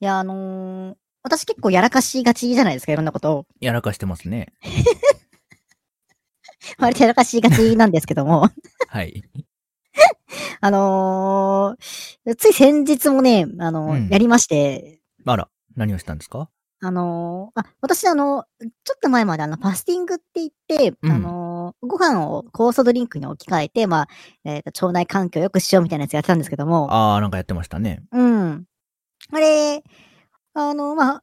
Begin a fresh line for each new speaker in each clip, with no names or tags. いや、あのー私結構やらかしがちじゃないですか、いろんなことを。
やらかしてますね。
割とやらかしがちなんですけども。
はい。
あのーつい先日もね、あのー
うん
やりまして、
あら、何をしたんですか
あのーあ、私あのーちょっと前まであの、ファスティングって言って、
うん
あのーご飯を酵素ドリンクに置き換えて、まあ、えっ、と、腸内環境を良くしようみたいなやつやってたんですけども、
あー、なんかやってましたね。
うん。あれ、あの、まあ、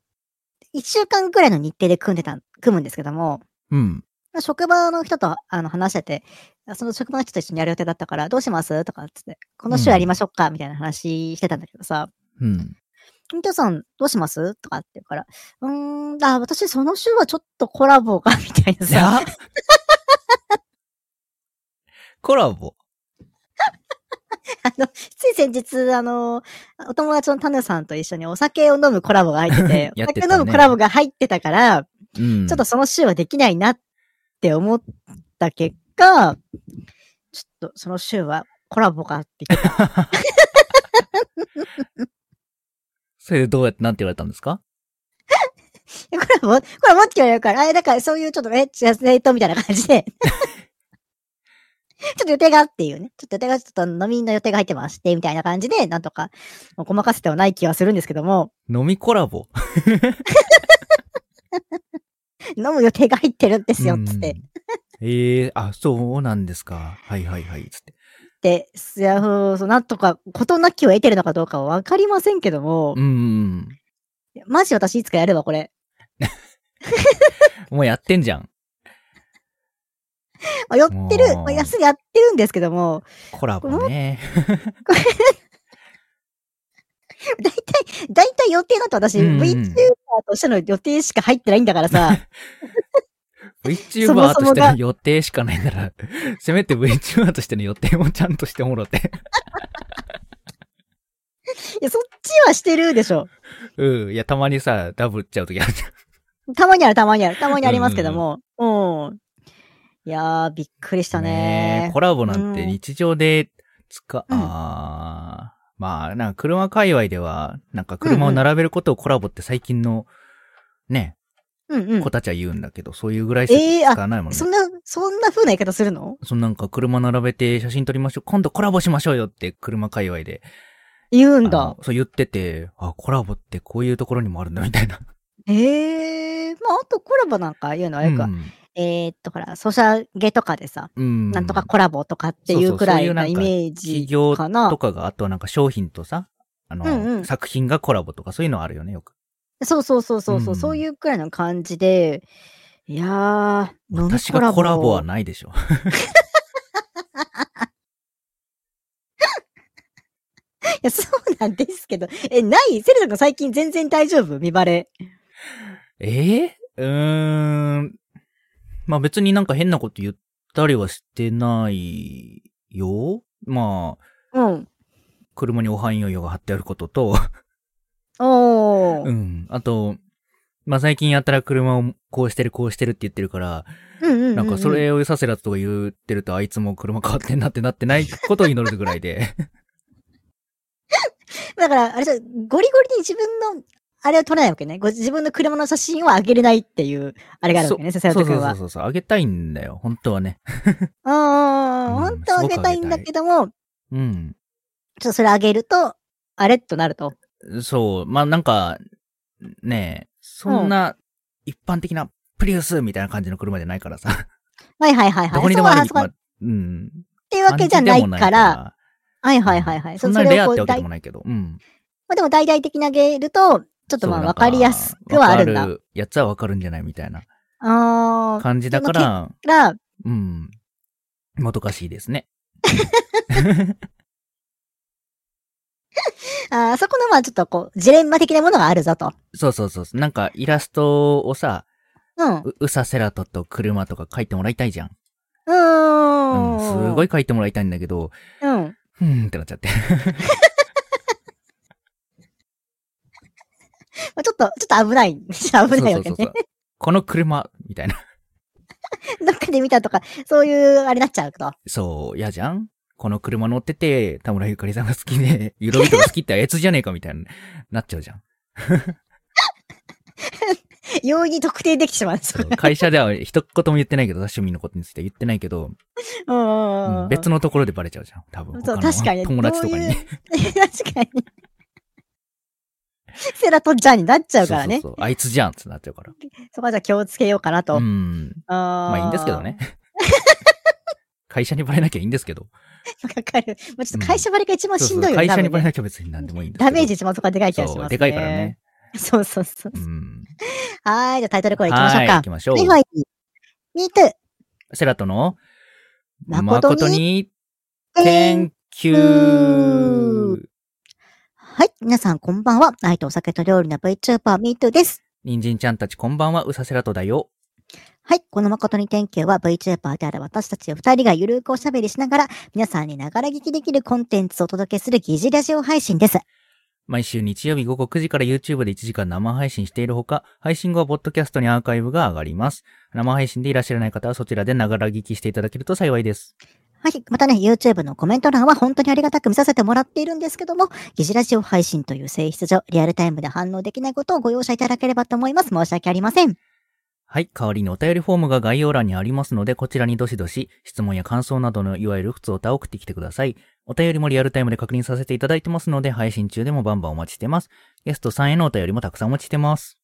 一週間くらいの日程で組んでた、組むんですけども、
うん。
まあ職場の人とあの話してて、その職場の人と一緒にやる予定だったから、どうしますとかっつって、この週やりましょうかみたいな話してたんだけどさ、
うん。
みきょさんどうしますとかって言うから、うーん、あ、私その週はちょっとコラボが、みたいな さ、
やコラボ。
つい先日、あの、お友達のタヌさんと一緒にお酒を飲むコラボが入ってて、
や
お
っ
酒
てたね
飲むコラボが入ってたから、
うん。
ちょっとその週はできないなって思った結果、ちょっとその週はコラボかって言ってた
それでどうやって、なんて言われたんですか
えコラボコラボって言われるから、あれだからそういうちょっとね、チアスレートみたいな感じで。 ちょっと予定がっていうね。ちょっと予定が、ちょっと飲みの予定が入ってまして、みたいな感じで、なんとか、もうごまかせてはない気はするんですけども、
飲みコラボ。
飲む予定が入ってるんですよ、
うん
つって。。
ええー、あ、そうなんですか。はいはいはい、つって。
で、いや、そうなんとか、事なきを得てるのかどうかはわかりませんけども
う、ん。
マジ私いつかやるわ、これ。
もうやってんじゃん。
まあ、寄ってる、
おー
まあ、安いやってるんですけども、
コラボね。
だいたい、だいたい予定だと私、
うん
VTuber としての予定しか入ってないんだから さ、そも
VTuber
そ
と
も
して
が
の予定しかないなら、せめて VTuber としての予定もちゃんとしてもろて。
いや、そっちはしてるでしょ。
うん。いや、たまにさ、ダブっちゃうときあるじゃん。
たまにある、たまにある、たまにありますけども、うん。いやー、びっくりしたね
えコラボなんて
うん
日常で使、
うん
あーまあ、なんか車界隈では、なんか車を並べることをコラボって最近の、ね、
うんうん
子。たちは言うんだけど、そういうぐらいしか
えーあ
使わないもんね。
そんな、そんな風な言い方するの
そのなんか車並べて写真撮りましょう。今度コラボしましょうよって車界隈で。
言うん
あ
だ
の。そう言ってて、あ、コラボってこういうところにもあるんだみたいな。
ええー、まあ、あとコラボなんか言うのはよく、
うん
えー、っと、ほら、ソシャゲとかでさ、
うん。
なんとかコラボとかっていうくらい
そうそうそういうな
の
んか
イメー
企
ジ
業
かな
と。かが、あとはなんか商品とさ、あの、
うんうん
作品がコラボとかそういうのあるよね、よく。
そうそうそうそうそう、
うん
そういうくらいの感じで、いやー、飲み
私がコラボはないでしょ。
いや、そうなんですけど。え、ないセルタ君最近全然大丈夫見バレ。
ええうーん。まあ別になんか変なこと言ったりはしてないよ。まあ、
うん。
車におはんよよが貼ってあるこ とと、
おー。う、
うんん。あと、まあ最近やったら車をこうしてるこうしてるって言ってるから、
うんうんうん
なんかそ。れを指させらとか言ってるとあいつも車変わってんなってなってないことを祈るぐら いで。
だから、あれじゃ、ゴリゴリに自分の、あれを撮らないわけね。ご自分の車の写真はあげれないっていう、あれがあるわけね、セ
そ
ル
う
タ
そう
君
そう
は。
そうそう。あげたいんだよ、本当はね。
うんうんうん。
うん
本当はあげたいんだけども、ちょっ
うん。
とそれあげると、あれとなると。
そう。まあなんか、ねえ、そんな一般的なプリウスみたいな感じの車じゃないか らさ。
はいはいはいはい。
どこにでもある。
そう
ま
はそうはっ
あうん。
ていうわけじゃない
感でも
から。はいはいはいはい。
そんなレアってわけ
大
でもないけど。うん。
まあ、でも大々的にあげると、ちょっとまあ
そう
分かりやすくはあるん。だ。
なんかわかやつはわかるんじゃないみたいな
ああ、
感じだから、
から、
うん。もどかしいですね。
あーそこのまあちょっとこう、ジレンマ的なものがあるぞと。
そうそうそう。なんかイラストをさ、
うん。う
うウサセラトと車とか書いてもらいたいじゃん。うん。
ーん。
すご
い。
い書いてもらいたいんだけど、
うん。
ふーんってなっちゃって。
まあ、ちょっと、ちょっと危ない。 ちょっと危ないわけ
そうそうそ
ね
うそう。この車、みたいな。
どっかで見たとか、そういうあれになっちゃうと。
そう、嫌じゃんこの 車乗ってて、田村ゆかりさんが好きで、ゆろびとが好きってあいつじゃねえかみたいな、なっちゃうじゃん。
容易に特定できてしまうんです
そ
よ
う。会社では一言も言ってないけど、趣味のことについては言ってないけど、
うんうんうん
う
うんん
別のところでバレちゃうじゃん。多分。
そう
他の
確かに
友達とかにね。
どういう 確かに。セラトンちゃんになっちゃうからね。そ
そうそうそうあいつじゃんってなっちゃうから。
こはじゃあ気をつけようかなと。
うん。ま
ま
あいいんですけど。ね。 会社にバレなきゃいいんですけど。
わかる。もうちょっと会社バレが一番
そう
し
そうん
どいよね
会社に
多分
バレ
ね
なきゃ別に何でもいいんですけど。
ダメージ一番そこはでかい気がし
そ
ま
う
す。
でかいからね。。
そうそうそう。
うん。
はーい。じゃあタイトルコール行きましょ
は
う
い、
か
行。きましょう。
はいはい。Me too.
セラトの、
誠
誠
に
に、
てん
Thank you!
はい。皆さんこんばんは。愛とお酒と料理の VTuber Me too です。
人参ちゃんたちこんばんは、うさセラトだよ。
はい。この誠に天気は VTuber である私たち二人がゆるくおしゃべりしながら、皆さんにながら聞きできるコンテンツをお届けする疑似ラジオ配信です。
毎週日曜日午後9時から YouTube で1時間生配信しているほか、配信後はポッドキャストにアーカイブが上がります。生配信でいらっしゃらない方はそちらでながら聞きしていただけると幸いです。
はい。またね、YouTube のコメント欄は本当にありがたく見させてもらっているんですけども、疑似ラジオ配信という性質上、リアルタイムで反応できないことをご容赦いただければと思います。申し訳ありません。
はい。代わりにお便りフォームが概要欄にありますので、こちらにどしどし、質問や感想などの、いわゆる普通歌を送ってきてください。お便りもリアルタイムで確認させていただいてますので、配信中でもバンバンお待ちしてます。ゲストさんへのお便りもたくさんお待ちしてます。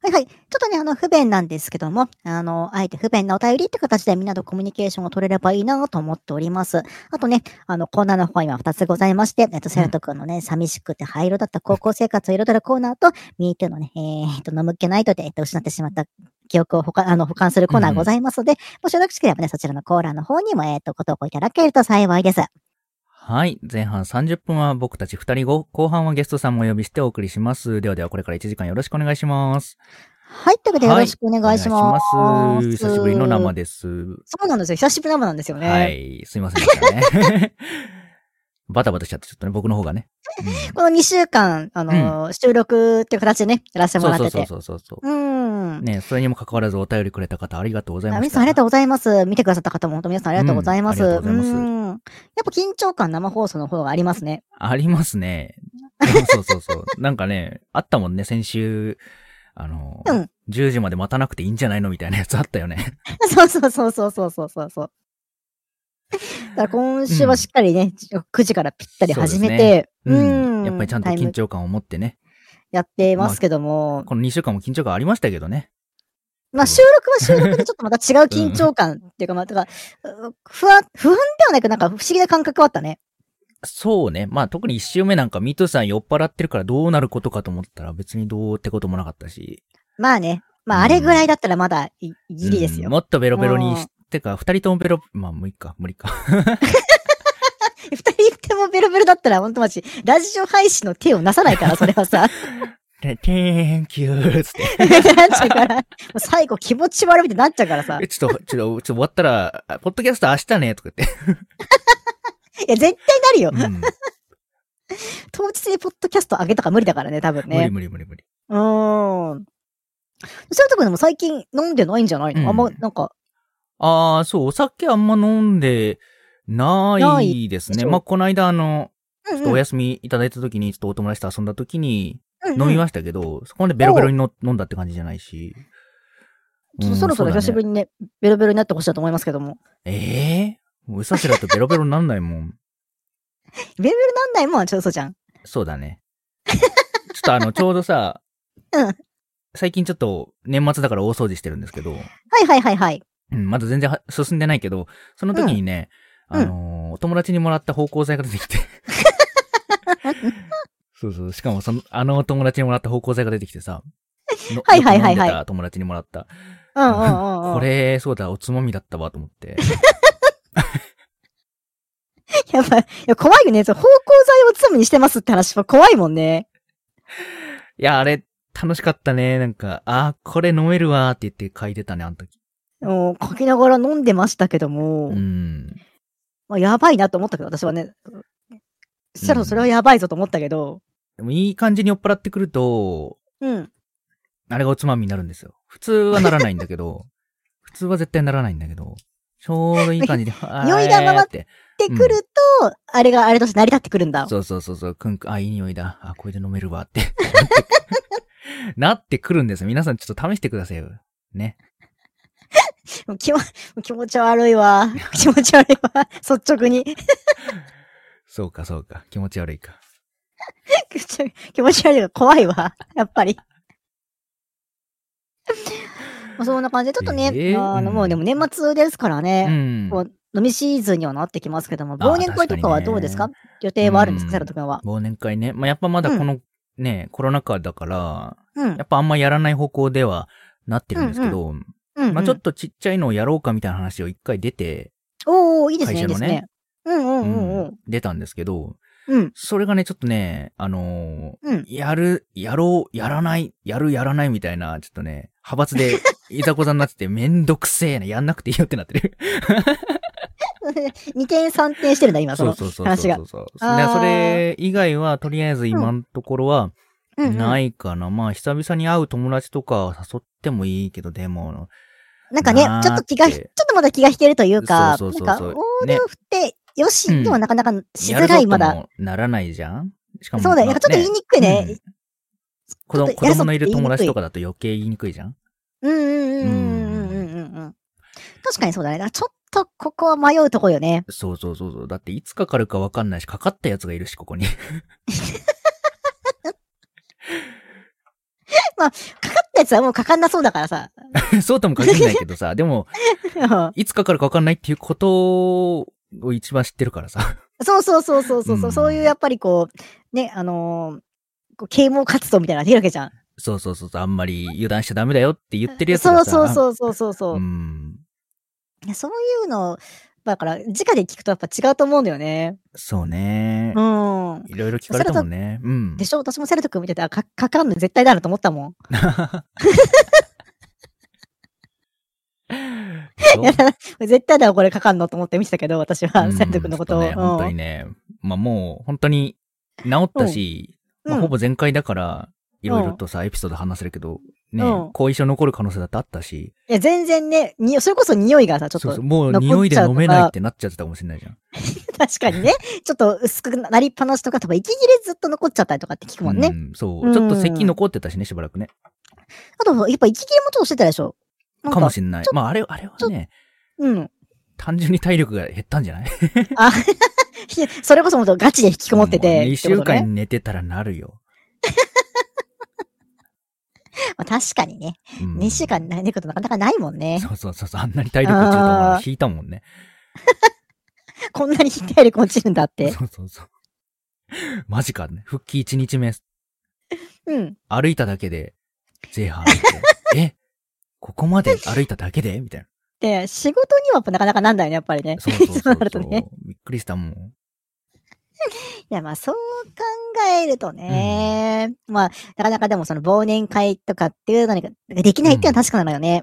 はいはい。ちょっとね、あの、不便なんですけども、あの、あえて不便なお便りって形でみんなとコミュニケーションを取れればいいなと思っております。あとね、あの、コーナーの方は今2つございまして、えっと、セラト君のね、寂しくて灰色だった高校生活を彩るコーナーと、ミートゥーのね、えーっと、飲むっけないとで、えっと、失ってしまった記憶を保管あの保管するコーナーございますので、もしよろしければね、そちらのコーナーの方にも、えーっと、ご投稿いただけると幸いです。
はい。前半30分は僕たち2人後、後半はゲストさんもお呼びしてお送りします。ではではこれから1時間よろしくお願いします。
はい、ということでよろしくお願いします。
お願いします久しぶりの生
で。
です。
そうなんですよ。久しぶりの生なんですよね。
はい。すいませんでしたね。バタバタしちゃって、ちょっとね、僕の方がね。 うん
この2週間、あのー収録っていう形でね、やらせてもらってて。
そうそうそうそうそうう。
ん。
ねそれにもかかわらずお便りくれた方ありがとうござい
あ
ま
皆
し
さ
た。
んありがとうございます。見てくださった方も本当皆さんありがとうございます。
う
う
んありがとうございます
ん。やっぱ緊張感生放送の方がありますね。
ありますね。でもそうそうそう。なんかね、あったもんね、先週、あの、
うん
10時まで待たなくていいんじゃないのみたいなやつあったよね。
そうそうそうそうそうそうそうそう。だから今週はしっかりね、9時からぴったり始めて、う
うん。やっぱりちゃんと
タイ
緊
ム
張感を持ってね。
やってますけども、
この2週間も緊張感ありましたけどね。
まあ収録は収録でちょっとまた違う緊張感っていうか、まあ、だから、う不安、不安ではないけど、なんか不思議な感覚はあったね。
そうね。まあ特に1週目なんかミトさん酔っ払ってるからどうなることかと思ったら別にどうってこともなかったし。
まあね。まあ、あれぐらいだったらまだい、ギリです
うん
よ。
もっとベロベロに
う
し
ん
てか、二人ともベロ、まあ無理か、無理か。
二人ってもベロベロだったら、ほんとマジ、ラジオ配信の手をなさないから、それはさ。
で、Thank you! つって。
なっちゃうから、もう最後気持ち悪いってなっちゃうからさ。い
えちょっと、ちょっと、ちょっと終わったら、あポッドキャスト明日ねとか言って。
や、絶対なるよ。
うん
当日にポッドキャスト上げとか無理だからね、多分
無理
ね。
無理無理無理。
うーん。そういうとこでも最近飲んでないんじゃないの、
うん
あんま、なんか、
ああ、そう、お酒あんま飲んで、な
ない
です
で
ね。
しょ
まあ、この間、あの、
う
ちょ
ん
っと
う
お
ん
休みいただいた時に、ちょっとお友達と遊んだ時に、
うん
飲
う
み
ん
ましたけど、そこまでベロベロにの飲んだって感じじゃないし。
ちょっとそろそろ久しぶ
り。
りにね、ベロベロになってほしいなと思いますけども。
ええー、もううさしらとベロベロになんないもん。
ベロベロなんないもんはちょっとそうじゃん。
そうだね。ちょっとあの、ちょうどさ、
うん
最近ちょっと年末だから大掃除してるんですけど、
はいはいはいはい。
うん、まだ全然は進んでないけど、その時にね、
うん
あのーお友達にもらった芳香剤が出て きて。そうそう、しかもその、あのお友達にもらった芳香剤が出てきてさ、の
はいはいはいはい
よく飲んでた友達にもらった。
うんうんうんうん。
これ、そうだ、おつまみだったわ、と思って。
やっぱ、いや怖いよね。そう、芳香剤をつまみにしてますって話は怖いもんね。
いや、あれ、楽しかったね。なんか、あー、これ飲めるわ、って言って書いてたね、あの時。
もう書きながら飲んでましたけども、
うん。
まあ、やばいなと思ったけど、私はね。そしたらそれはやばいぞと思ったけど、
でも、いい感じに酔っ払ってくると、
うん。
あれがおつまみになるんですよ。普通はならないん だけど、普通は絶対ならないんだけど、ちょうどいい感じで、あー
酔いが回っ
って。
ってくると、あれがあれとして成り立ってくるんだ。
そうそうそうそう、くんくん、あ、いい匂いだ。あ、これで飲めるわって。 なってくるんです。皆さんちょっと試してくださいよ。ね。
もう気も気持ち悪いわ。 気持ち悪いわ。率直に。
そうか、そうか。気持ち悪いか。
気持ち悪いが怖いわ。やっぱり。まあそんな感じで、ちょっとね、
ええ
あの、
うん
もうでも年末ですから
う
ね、
ん。
こう飲みシーズンにはなってきますけども、忘年会とかはどうですか
確
予定はあるんですか、
うん
セロト君は。
忘年会ね。まあ、やっぱまだこの、ね、コロナ禍だから、
うん。
やっぱあんまやらない方向ではなってるんですけど、
うん、
まあ、ちょっ
と。
とちっちゃいのをやろうかみたいな話を一回出て、
おー、いいですね、いい
会
で
社
す
のね
ね。うんうんうんう
うん
ん。
出たんですけど、
うん。
それがね、ちょっとね、あの
うん。
ーやる、やろう、やらない、やる、やらないみたいな、ちょっとね、派 閥で、いざこざになってて、めんどくせえな、やんなくていいよってなってる。
二点三点してるんだ、今、そ
そう
の。
そうそう
話
そ
が
うそう。
あ
で
ー
それ以外は、とりあえず今のところは、
うんうん
ないかな。まあ、久々に会う友達とか誘ってもいいけど、でも、
なんかね
なーっ、て
ちょっと気が、ちょっとまだ気が引けるというか、
そうそうそう
なん
そう
か、オール振って、よし、
うん
でもなかなかし
や
づ
る
ら
ぞ
い、
と
まだ。
もならないじゃんしかも、
そうだよ。なんかちょっと言いにくいね。
うん子供
ちょっと
子
やるぞ
供のいる
って言いに
友
くい
達とかだと余計言いにくいじゃん
うんうんうんうんうんうんうんうん。確かにそうだね。だからちょっとここは迷うとこよね。
そうそうそうそう。だっていつかかるかわかんないし、かかったやつがいるし、ここに。
かかったやつはもうかかんなそうだからさ。
そうとも限らないけどさ、でも、いつかかるかわかんないっていうことを一番知ってるからさ。
そうそうそうそうそうそう、
うん
そういうやっぱりこう、ね、あのーこう啓蒙活動みたいなのができるわけじゃん。
そうそうそうそう、あんまり油断しちゃダメだよって言ってるやつ
そ
が
う
さ。
そう
う
そうそうそうそうう。
ん。
いやそういうの、だから、直で聞くとやっぱ違うと思うんだよね。
そうね
う。ん。
いろいろ聞かれたもんね。うん。
でしょ私もセルト君見てて、あ、か、かかんの絶対だなと思ったもん。
そう
絶対だよ、これかかんのと思って見てたけど、私 は、セルト君のことを。
うんちょっね、本当にね。まあもう、本当に治ったし、
うん
ま
う
あ
ん
ほぼ全開だから、いろいろとさ、エピソード話せるけど、ね、
うん
後遺症残る可能性だってあったし、
いや、全然ね、に、それこそ匂いがさ、ちょっと
そうそう、もう
残っちゃう
匂いで飲め
と
ない
か
ってなっちゃってたかもしれないじゃん。
確かにね、ちょっと薄くなりっぱなしとか、とか、息切れずっと残っちゃったりとかって聞くもんね。
うん、そうう。
ん
ちょっと咳残ってたしね、しばらくね。
あと、やっぱ息切れもちょっとしてたでしょなん
か
か
もしんない。まあ、あれ、あれはね、
うん。
単純に体力が減ったんじゃない
あ、ひ それこそもうガチで引きこも ってて。
2
って
週
ことね
間寝てたらなるよ。
まあ確かにね。
うん
2週間寝ることなかなかないもんね。
そうそうそうそう、あんなに体力落ちるとは引いたもんね。
こんなに体力落ちるんだって。
そうそうそう。マジかね。復帰1日目、
うん。
歩いただけで、前 半って。えここまで歩いただけでみたいな。
で、仕事にはやっぱなかなかなんだよね、やっぱりね。
そうそうそう
そ
そうう
なるとね。
びっくりしたもん。
いや、まあそう考えるとね、まあ、なかなかでもその忘年会とかっていうのにできないっていうのは確かなのよね。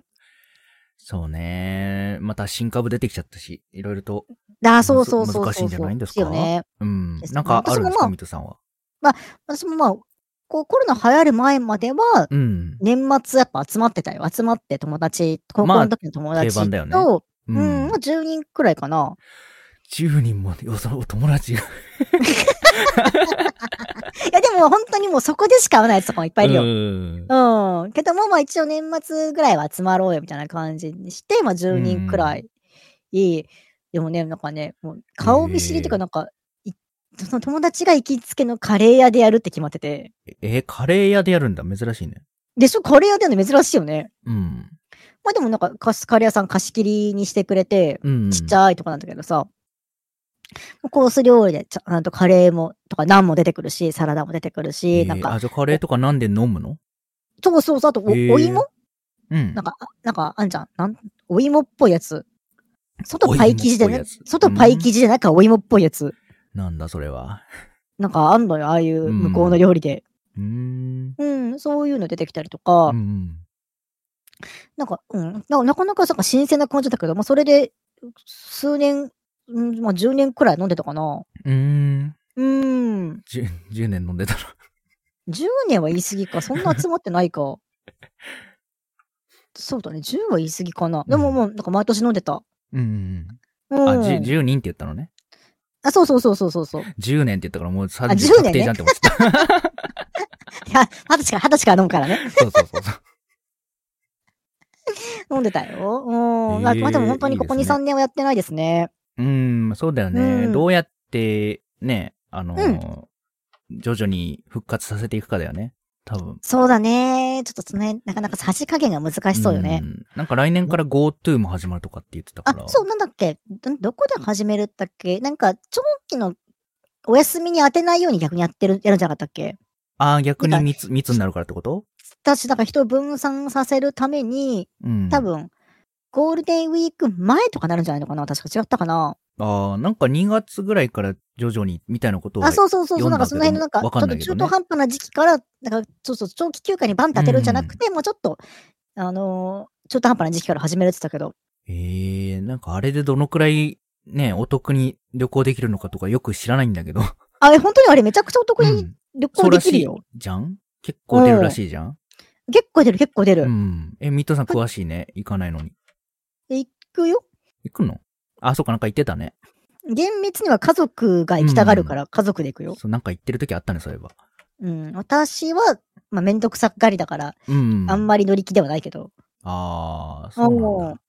そうね。また新株出てきちゃったし、いろいろと。
ああ、そうそうそうそうそう。
難しいんじゃないんですか
よね。
うん
で。す
なんかあるん
私も
です
ま
か
あ
ミトさんは。
私もまあ、こうコロナ流行る前までは、
うん。
年末やっぱ集まってたよ。集まって友達、高校の時の友達と、
まあ定番だよねう
うん、もう10人くらいかな。
10人も、よそお友達が。
いや、でも本当にもうそこでしか会わないやつとかもいっぱいいるよ。
うん
うん。けども、まあ一応年末ぐらいは集まろうよみたいな感じにして、まあ10人くらい。いい。でもね、なんかね、もう顔見知りというか
へえ
なんか、いその友達が行きつけのカレー屋でやるって決まってて。
え、カレー屋でやるんだ。珍しいね。
でしょカレー屋でやるの珍しいよね。
うん。
まあでもなんか、かすカレー屋さん貸し切りにしてくれて、
うん。
ちっちゃいとこなんだけどさ、コース料理でちゃんとカレーも、とかナンも出てくるし、サラダも出てくる
え
し、なん
ー、
か、
あ、じゃあカレーとかなんで飲むの
そうそうそう、あとお,、
へえ
お芋
うん。
なんか、あなんかあんじゃん。なんお芋っぽいやつ。外パイ生地で
お芋っ
ね
ぽいや、つ
外パイ生地でなんかお芋っぽいやつ。
なんだそれは。
なんかあんのよ、ああいう向こうの料理で。
うーん。
うん、そういうの出てきたりとか、
うん
なんか、うん、なんかなかなかなんか新鮮な感じだけど、まあそれで、数年、うん、まあ10年くらい飲んでたかな。
うん。うーん。
うん。
10, 10年飲んでたら。
10年は言い過ぎか。そんな集まってない か。そうだね。10は言い過ぎかな。でももう、なんか毎年飲んでた。
うん。
うん。
あ、じゅ10人って言ったのね。
あ、そうそうそうそうそうそう。
10年って言ったからもう
あ10
30確
年ね
定じゃんって思っ ちゃった。
いや、 二十歳から、二十歳から飲むからね。
そうそうそうそう。
飲んでたよ。うん。まあ
えー
まあでも本当にここ
いいで
2、3
すね
年はやってないですね。
うーん、そうだよね。
うん
どうやって、ね、あのー徐々に復活させていくかだよね。多分。
そうだね。ちょっとその辺、なかなか差し加減が難しそうよね。
んなんか来年から GoTo も始まるとかって言ってたか
あ
ら。、
そう、なんだっけどどこで始めるったっけなんか、長期のお休みに当てないように逆にやってる、やるんじゃなかったっけ
あー逆に
なんか
密、密になるからってこと
私、だから人を分散させるために、
うん。
多。分、ゴールデンウィーク前とかなるんじゃないのかな確か違ったかな
ああ、なんか2月ぐらいから徐々に、みたいなことを。
あ、そうそうそうそう、
読ん
なんか
だ
その辺のなんか、
けどわ
ちょ
かん
っと
ないけ
中
どね
途半端な時期から、なんか、そうそう、長期休暇にバンって当てるんじゃなくて、もうちょっと、あのー中途半端な時期から始めるって言ってたけど、
ええー、なんかあれでどのくらい、ね、お得に旅行できるのかとかよく知らないんだけど。
あれ、本当にあれめちゃくちゃお得
う
に
ん
旅
そ
行
う
で
ら
き
し
る
い
よ。
じゃん結構出るらしいじゃん
結構出る、結構出る。
うん。え、ミッドさん詳しいね。行かないのに。
行くよ。
行くのあ、そうか、なんか行ってたね。
厳密には家族が行きたがるから、家族で行くよ。
そう、なんか行ってる時あったね、そういえば。
うん。私は、まあ、めんどくさっがりだから、
うん。
あんまり乗り気ではないけど。
ああ、そうなんだ。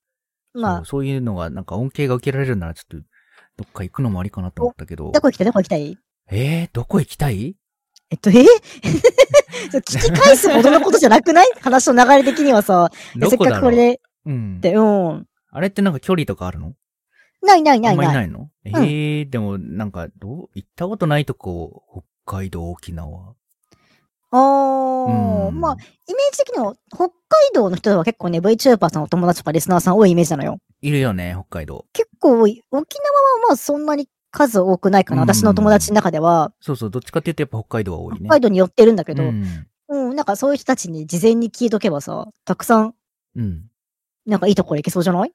ま
そ
あ
う、そういうのが、なんか恩恵が受けられるなら、ちょっと、どっか行くのもありかなと思ったけど
ど。こ行きたいどこ行きたい
えー、どこ行きたい
えっ と、えそう聞き返すほどのことじゃなくない 話の流れ的にはさ、
ど
せっ
こだろ
か
う
くこれでっ
うん。
て、うん。
あれってなんか距離とかあるの
ないないな
あん
い
まり
ない。
ないのえ
ん
えー、でも、なんか、どう、行ったことないとこ、北海道、沖縄。
あー、
うん
まあ、イメージ的には、北海道の人は結構ね、VTuber さんお友達とかリスナーさん多いイメージなのよ。
いるよね、北海道。
結構多い。沖縄はまあそんなに数多くないかな。
うん
私の友達の中では、
そうそう、どっちかっていうとやっぱ北海道は多いね。
北海道に寄ってるんだけど、
う
うん、
ん。
なんかそういう人たちに事前に聞いとけばさ、たくさん、
うん。
なんかいいところ行けそうじゃない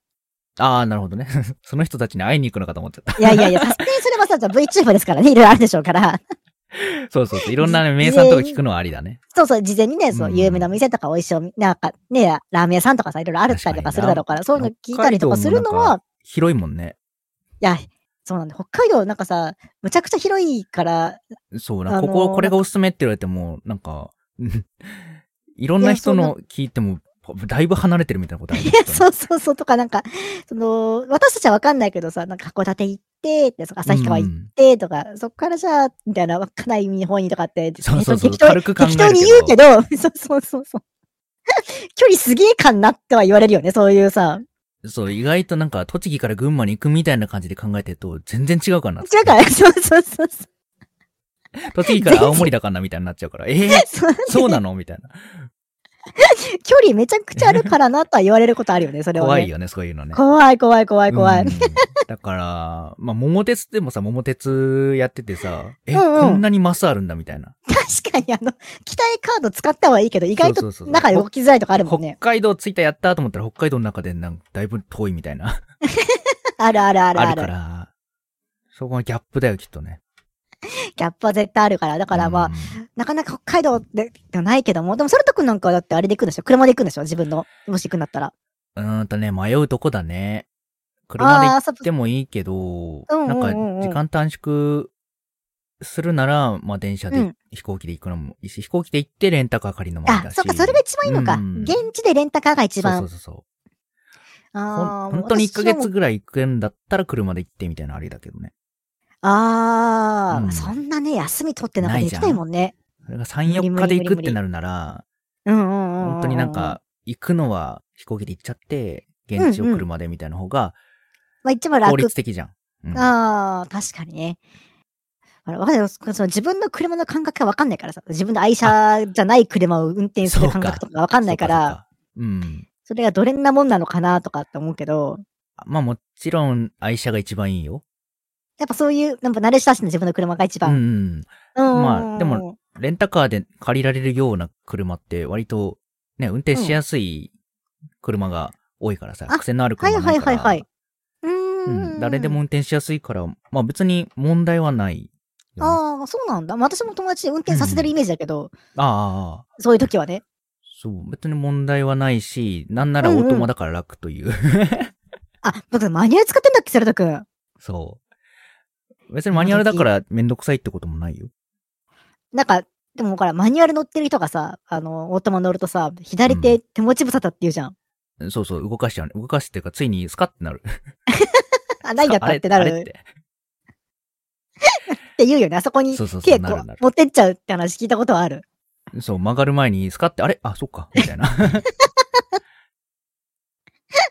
ああ、なるほどね。 その人たちに会いに行くのかと思っちゃった。
いやい やいや、さすがにそれはさ、じゃあ VTuber ですからね、いろいろあるでしょうから。
そうそうそう。いろんなね、名産とか聞くのはありだね。
そうそう、事前にね、そうう、
ん
有名なお店とか美味しいお店、なんかね、ラーメン屋さんとかさ、いろいろあるったりとかするだろうから、そういうの聞いたりとかするの
北海道もなん
は
か、広いもんね。
いや、そうなんだ。北海道なんかさ、むちゃくちゃ広いから、
そう、
あ
な
の
こ
ー
こ、これがおすすめって言われても、なんか、 うんいろんな人
いや
の聞いても、だいぶ離れてるみたいなことあるね
いや、そうそうそうとか、なんか、その、私たちはわかんないけどさ、なんか函館行って、って、そう旭川行っ
うん
て、とか、そっからじゃあ、みたいな、稚内日本にとかって、
そうそうそう。
適当に
軽く考える
適
けど。
当に言うけど、 そうそうそうそう。距離すげえかんなっては言われるよね、そういうさ。
そう、意外となんか、栃木から群馬に行くみたいな感じで考えてると、全然違うかな。
違うから、そうそうそうそう。
栃木から青森だかなみたいになっちゃうから、えー、
そう
そうなのみたいな。
距離めちゃくちゃあるからなとは言われることあるよ ね、それは、ね。
怖いよね、そういうのね。
怖い怖い怖い怖い。
うんだから、まあ、桃鉄でもさ、桃鉄やっててさ、え、
うんうん
こんなにマスあるんだみたいな。
確かにあの、期待カード使ったはいいけど、意外
そ
と
うそうそう
中で動きづらいとかあるもん
北
ね。
海道着いたやったと思ったら北海道の中でなんかだいぶ遠いみたいな。
あるあるある
あ
あ
る
る。
から、そこのギャップだよ、きっとね。
ギャップは絶対あるから。だからまあ、
うん
なかなか北海道でではないけども、でも、それとくんなんかはだってあれで行くんでしょ車で行くんでしょ自分の。もし行くんだったら。
うーんとね、迷うとこだね。車で行
あー、そ
ってもいいけど、
うん
な
うんんうん
か
うん
時間短縮するなら、まあ電車で、
うん
飛行機で行くのもいいし、飛行機で行ってレンタカー借りるのもあり
あ
だ、し。
そっか、それが一番いいのか。
うん
現地でレンタカーが一
そう
番。
そうそうそう。
あ
ほん
ーもう
本当に1ヶ
私
月
も
ぐらい行くんだったら車で行ってみたいなのありだけどね。
あー、
うん
そんなね、休み取ってなんか
ない
で
じゃ
き
ん
ないもんね。
それが3、4日で行くってなるなら、
うんうんうんうん。
本当になん。か、行くのは飛行機で行っちゃって、現地を
うんうん
車でみたいな方が
まあ一番
効
楽
率的じゃん。うん
ああ、確かにね。あれわかんないその自分の車の感覚がわかんないからさ、自分の愛車じゃない車を運転す
そう
る
か
感覚とかがわかんないから、そ
そうかそうかうん。
れがどれんなもんなのかなとかって思うけど、
まあもちろん愛車が一番いいよ。
やっぱそういう、なんか慣れ親しんだ自分の車が一
うんう
番。
ん。
うん
まあでも、レンタカーで借りられるような車って割とね、運転しやすい車が多いからさ、
あ
癖のある車が多いか
は
ら。
いはいはいはい。う
う
ー
ん。
ん。
誰でも運転しやすいから、まあ別に問題はないよね、
ああ、そうなんだ。まあ私も友達に運転させてるイメージだけど、
ああああ。
そういう時はね。
そう、別に問題はないし、なんならオートマだから楽という。
あ、僕マニュアル使ってんだっけ、セルト君。
そう。別にマニュアルだからめんどくさいってこともないよ。
なんか、でもほら、マニュアル乗ってる人がさ、あの、オートマ乗るとさ、左手手持ち無沙汰って言うじゃん。
そうそう、動かしちゃうね。動かすっていうか、ついにスカってなる。
あ、ないんだったってな
あれあれっ
るっ
て。
て言うよね。あそこに
そうそうそう
手こ
なるなる
う持ってっちゃうって話聞いたことはある。
そう、曲がる前にスカって、あれあ、そっか。みたいな。
そ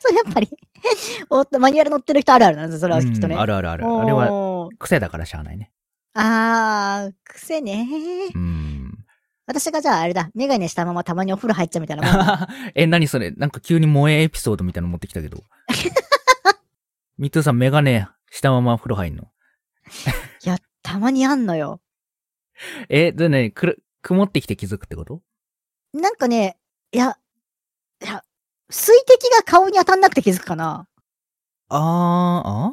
れやっぱり、 オートマニュアル乗ってる人あるあるなんですよそれはきっとね。
うんあ
る
るあるある。あれは
は。
癖だからしゃあないね。
あー、癖ね
うん。
私がじゃああれだ、メガネしたままたまにお風呂入っちゃうみたいなもん だ。
え、何それなんか急に萌えエピソードみたいなの持ってきたけど。ミトゥーさん、メガネしたまま風呂入んの。
いや、たまにあんのよ。
え、でね、くる、曇ってきて気づくってこと
なんかね、いや、いや、水滴が顔に当たんなくて気づくかな。
あー、あー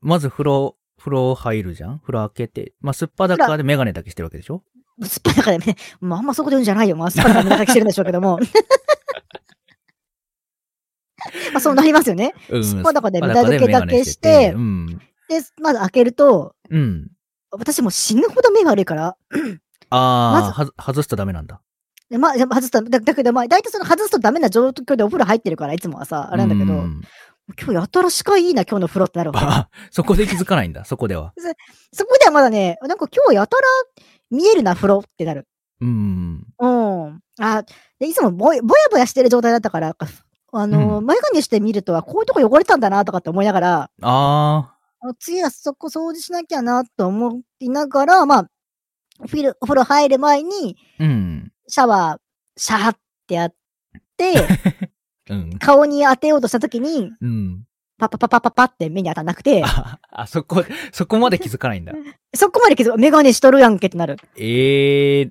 まず風呂、風呂入るじゃん風呂開けて。まあ、すっぱだかでメガネだけしてるわけでしょ
すっぱだからね、まあ、あんまそこで言うんじゃないよ。まあ、すっぱだから中してるんでしょうけど も。まあ、そうなりますよね。
うん。
すっぱだかで
裸
メダル系だけして
メガネうん。
で、まず開けると、
うん。
私もう死ぬほど目悪いから、
あー、
まず
はず外すとダメなんだ。
でまあ、でも外すと、だだけど、まあ、大体その外すとダメな状況でお風呂入ってるから、いつもはさ、あれなんだけど、
うん
今日やたら視界いいな、今日の風呂ってなるわ
あ、そこで気づかないんだ、そこでは。
け。そこではまだね、なんか今日やたら見えるな、風呂ってなる。
うん。
うん。あ、で、いつもぼやぼやぼやしてる状態だったから、あの、
う
前髪してみるとは、こういうとこ汚れたんだな、とかって思いながら、
あ
あの次はそこ掃除しなきゃな、と思いながら、まあ、お風呂お風呂入る前に、
ー、うん。
シャワー、シャーってやって、
うん。
顔に当てようとしたときに、
うん。
パパパパパパって目に当たんなくて、
あ、あそこ、そこまで気づかないん だ。
そこまで気づく、メガネしとるやんけってなる。
えー、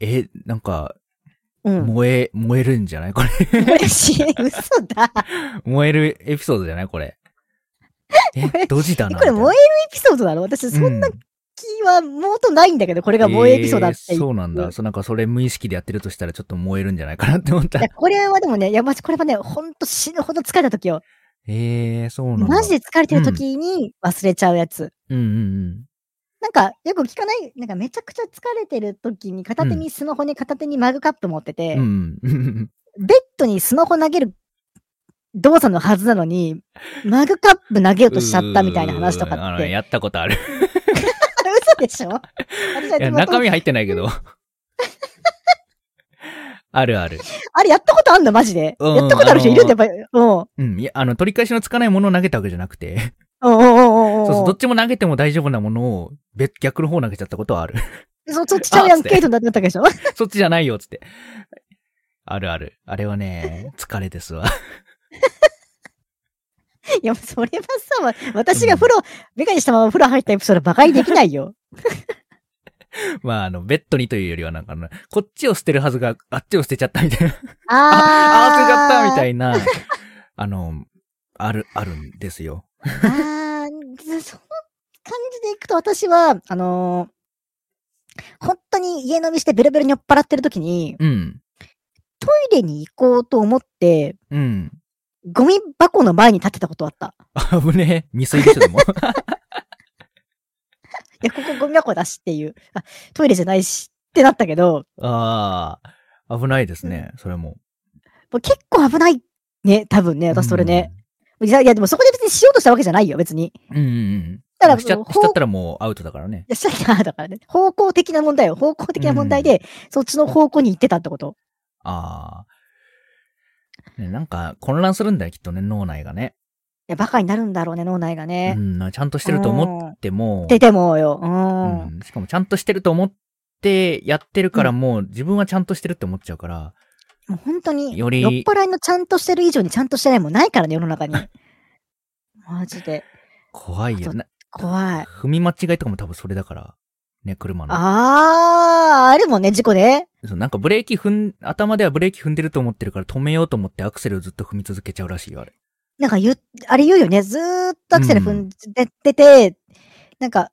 え、なんか、
うん。
燃え、燃えるんじゃないこれ。
嬉しい。嘘だ。
燃えるエピソードじゃないこれ。
こ
え、
れ
ドジだな。
これ
み
燃えるエピソードだろ私、
た い
そんな
う
気は元ないんだけど、これが燃えるエピソードだって
え
い
ー
う。
そうなんだ。そうなんかそれ無意識でやってるとしたらちょっと燃えるんじゃないかなって思った
いや。これはでもね、いや、まじ、これはね、ほんと死ぬほど疲れた時よ。
えー、そうなんだ。
マジで疲れてる時に忘れちゃうやつ。
うんうん
なんか、よく聞かない、なんかめちゃくちゃ疲れてる時に、片手にスマホに片手にマグカップ持ってて、
うん。うん。
ベッドにスマホ投げる動作のはずなのに、マグカップ投げようとしちゃったみたいな話と
うーん
か
あ
っ
の
て。
やったことある。
嘘でしょ私はい
や、
つも
中身入ってないけど。 あるある。
あれやったことあんのマジで。
うん
やったことある人いるんだやっぱり。うん。うん
うん。いや、あの、取り返しのつかないものを投げたわけじゃなくて、
うんうんうん
そうそう、
うん
どっちも投げても大丈夫なものを、別、逆の方投げちゃったことはある。
そそっちちゃうやんけイトになってたわけでしょ
そっちじゃないよ、つって。あるある。あれはね、疲れですわ。
いや、それはさ、私が風呂、メガネしたまま風呂入ったエピソードバカにできないよ。
まあ、あの、ベッドにというよりはなんかあの、こっちを捨てるはずが、あっちを捨てちゃったみたい
あ
な。
ー
ああ、捨てちゃったみた
い
いな。あの、ある、あるんですよ。
な。あーその感じでいくと私は、あのー本当に家飲みしてベロベロに酔っ払ってる時に、
うん。
トイレに行こうと思って、
うん。
ゴミ箱の前に立ってたことあった。
危ねえ。未遂でしょ、でも。
いや、ここゴミ箱だしっていう。あ、トイレじゃないしってなったけど、
ああ、危ないですね、それも。
もう結構危ない。ね、多分ね、私それね。いや、いやでもそこで別にしようとしたわけじゃないよ、別に。い
うん。うんうん。
だから
しちゃ
もう
しちゃったらもうアウトだからね。
や、したきゃ、だからね、方向的な問題よ。方向的な問題で、そっちの方向に行ってたってこと。
ああ。ねなんか混乱するんだよ、きっとね、脳内がね。
いや、バカになるんだろうね、脳内が
う
ね。
ん、ちゃんとしてると思
うん
っても、
で、でもよ、う。
うんん、しかもちゃんとしてると思ってやってるからもう自分はちゃんとしてるって思っちゃうから、
もう本当に、
より
酔っ払いのちゃんとしてる以上にちゃんとしてないもんないから ね、世の中に。マジで。
怖いよ。
あ
な
怖い。
踏み間違いとかも多分それだから。ね、車の。
あー、あるもんね、事故で。
そうなんかブレーキ踏ん、頭ではブレーキ踏んでると思ってるから止めようと思ってアクセルをずっと踏み続けちゃうらしいよ、あれ。
なんか言う、あれ言うよね。ずーっとアクセル踏んでってて、なんか、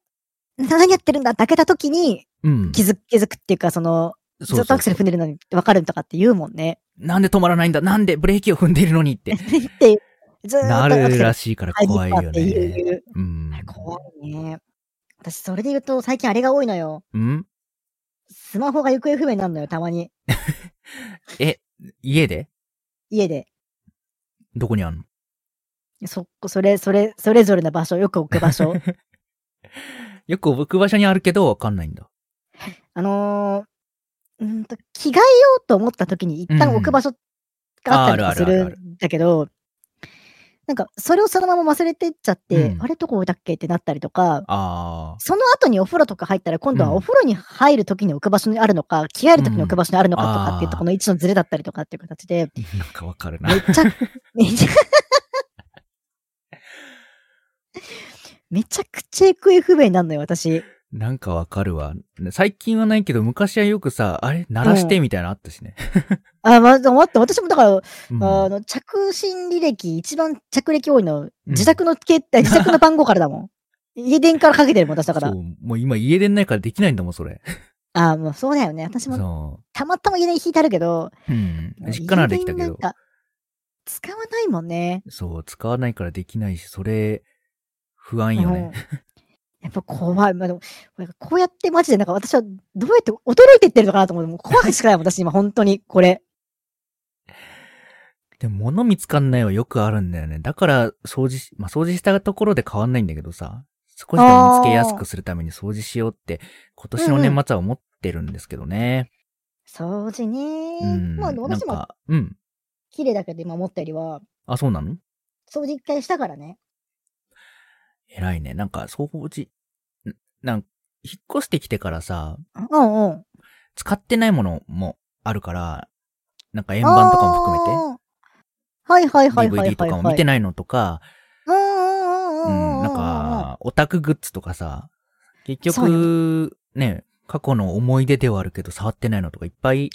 何やってるんだって開けた時に
うん。
気づ気づくっていうか、その、
そう
ず
そう
っとアクセル踏んでるのに分かるとかって言うもんね。
なんで止まらないんだなんでブレーキを踏んでいるのにって。
って、ずーっと
な
アク
る
セル
らしいから
入り
怖い
っぱ
よ
っていう。
ね。うん
あれ。怖いね。私、それで言うと、最近あれが多いのよ。
ん
スマホが行方不明になるのよ、たまに。
家で
家で。
どこにあんの
そ、それ、それ、それぞれの場所、よく置く場 所。
よく置く場所にあるけど、わかんないんだ。
あのー、うーんと、着替えようと思った時に一旦置く場所があったりとか
あるあ
す
るある
る
ある
んだけど、なんか、それをそのまま忘れてっちゃって、
うん
あれどこ置いたっけってなったりとか、
あ
その後にお風呂とか入ったら、今度は
うん
お風呂に入る時に置く場所にあるのか、着替える時に置く場所にあるのかとかっていう
あ
と
ー
この位置のズレだったりとかっていう形で、
ー。なんかわかるな
め。っ ちゃ、めちゃ、めちゃくちゃ行方不明になるのよ、私。
なんかわかるわ。最近はないけど、昔はよくさ、あれ鳴らしてみたいなのあったしね。
あ、ま、待って、私もだから、
うん
あの、着信履歴、一番着歴多いの、自
うん
宅の携 帯、自宅の番号からだもん。家電からかけてるもん、私だから
そ。う、もう今家出ないからできないんだもん、それ。
あ、もう そうだよね。私も
そ
たまたま家電引いてあるけど、
う。うん。実家ならできた
家
け
電なん
ど。
か使わないもんね。
そう、使わないからできないし、それ、不安よね。
うんやっぱ怖い。まあ、でも、こうやってマジでなんか私はどうやって驚いていってるのかなと思って、もう怖くしかないもん、私今本当に、これ。
でも物見つかんないはよくあるんだよね。だから、掃除し、まあ、掃除したところで変わんないんだけどさ、少しでも見つけやすくするために掃除しようって、今年の年末は思ってるんですけどね。
掃除ね
うん。
まあ、でも
なん
私も
か、うん。
綺麗だけど、今思ったよりは、
あ、そうなの
掃除一回したからね。
偉いね。なんか、掃除、んなんか、引っ越してきてからさ、
うんうん。
使ってないものもあるから、なんか円盤とかも含
めて。はいはいはい
め
はいはい、はい。
て、DVD とかも見てないのとか、
うんうん
う
うんんうんうんうん。
なんか、オタクグッズとかさ、結
そう
局、ね、過去の思い出ではあるけど、触ってないのとかいっぱい、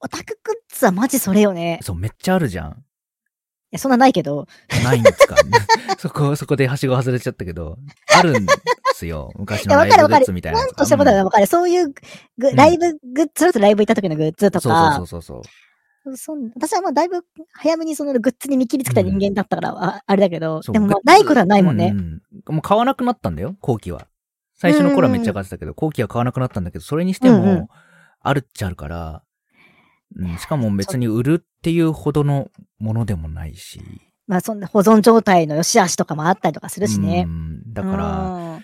オタクグッズはマジそれよね。い
そう、めっちゃあるじゃん。
や、そんなないけど。
ないんで すか、ね、そこ、そこではしご外れちゃったけど、あるんですよ。昔
い
の
や
ラ
わ
イ
かる
ブ
わ
グ
か
ッ
る
ズみたいな
な
や
ん
つ。
としたこと
う
は
ん
わかる。そういうグ、
ん
ライブグッズ、それとライブ行った時のグッズと
そうそ
か
う。そうそう。
そん私はまあだいぶ早めにそのグッズに見切りつけた人間だったから、ああれだけど、
そう
でもまあ
グッズ
ないことはないもんね。
うんうんもう買わなくなったんだよ、後期は。最初の頃はめっちゃ買ってたけど、後期は買わなくなったんだけど、それにして
うんうん
も、あるっちゃあるから、うん、しかも別に売るっていうほどのものでもないし。
まあそんな保存状態の良し悪しとかもあったりとかするしね
う。んだから、
ら、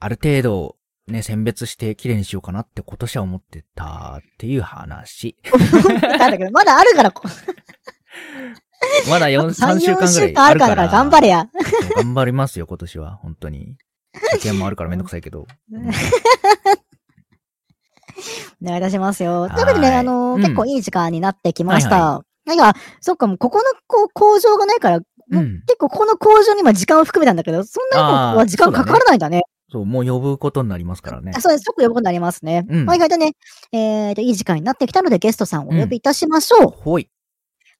ある程度、ね、選別して綺麗にしようかなって今年は思ってたっていう話。
なんだけど、まだあるから、
まだ4、3 週間ぐらい
週間あるから頑張れや。
そう 頑張りますよ、今年は、本当に。受験もあるからめんどくさいけど。うん
お願いいたしますよ。
い
ということでね、あのー
うん
結構いい時間になってきました。
はい
いや、そっか、もうここのこう工場がないから、もう
うん
結構ここの工場に今時間を含めたんだけど、そんなに
あー
もは時間かからないんだね。
そう、もう呼ぶことになりますからね
あ。そうです。すごく呼ぶことになりますね。
うん
まあ、意外とね、えっ、と、いい時間になってきたのでゲストさんをお呼びいたしましょう。
ほい。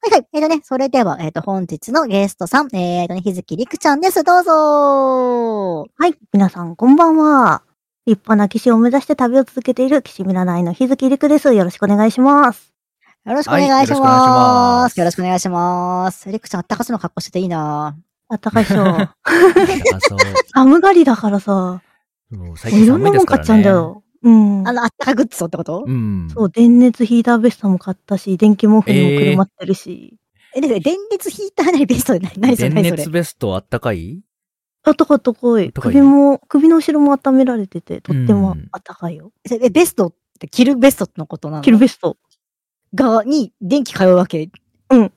はいはい。えっ、とね、それでは、えっ、と、本日のゲストさん、えっ、とね、日月陸ちゃんです。どうぞ
はい、皆さんこんばんは。立派な騎士を目指して旅を続けている騎士見習いの日月陸です。よろしくお願いします。
よろしくお願いし
は
ま
い
す。よろしくお願いします。陸ちゃん、あったかそうな格好してていい な
あったかいっしょ。
あ、 そう。
寒がりだからさ、
もう最
い
近
ろん
寒
ない
で
も
す
ん
か
買
らね。
っちゃうんだよ。うん。
あの、あったかグッズをってこと、
うん。
そう、電熱ヒーターベストも買ったし、電気毛布にもくるまってるし。
え、で、電熱ヒーターなりベストで何何それ
電
何それ
熱ベストあったかい
あったかいあったかい。
たかい
首も、首の後ろも温められてて、とってもあったかいよ。
それえ、ベストって、着るベストのことなの
着るベスト。
が、に、電気通うわけ
うん。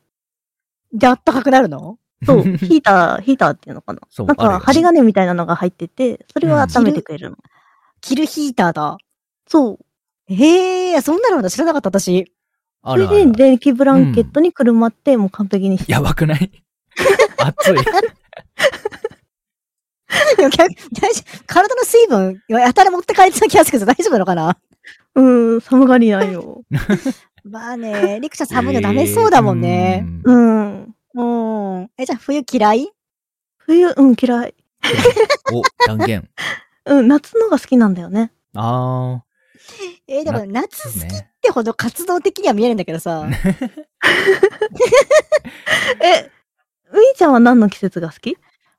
で、あったかくなるの
そう、ヒーター、ヒーターっていうのかな。
そう
なん
あるよ
か、針金みたいなのが入ってて、それを温めてくれるの。
着るヒーターだ。
そう。
へえ、そんなのあるんだ知らなかった、私。
あ
それ
るあ
で
る。
電気ブランケットにくるまって、もう完璧にして。
やばくない暑い。
でも逆に大丈夫体の水分、やたら持って帰ってた気がするけど、大丈夫なのかな
うーん、寒がりな んよ。
まあね、りくちゃん寒いのダメそうだもんね。
えー。
う
うん
ん。
うん。え、じゃあ冬嫌い
冬、うん、嫌い。
お、断言。
うん、夏のが好きなんだよね。
あ
えーでも
な
夏
ー。
好
そう
きっ
ね。
てほど活動的には見えるんだけどさ。
え、みーちゃんは何の季節が好き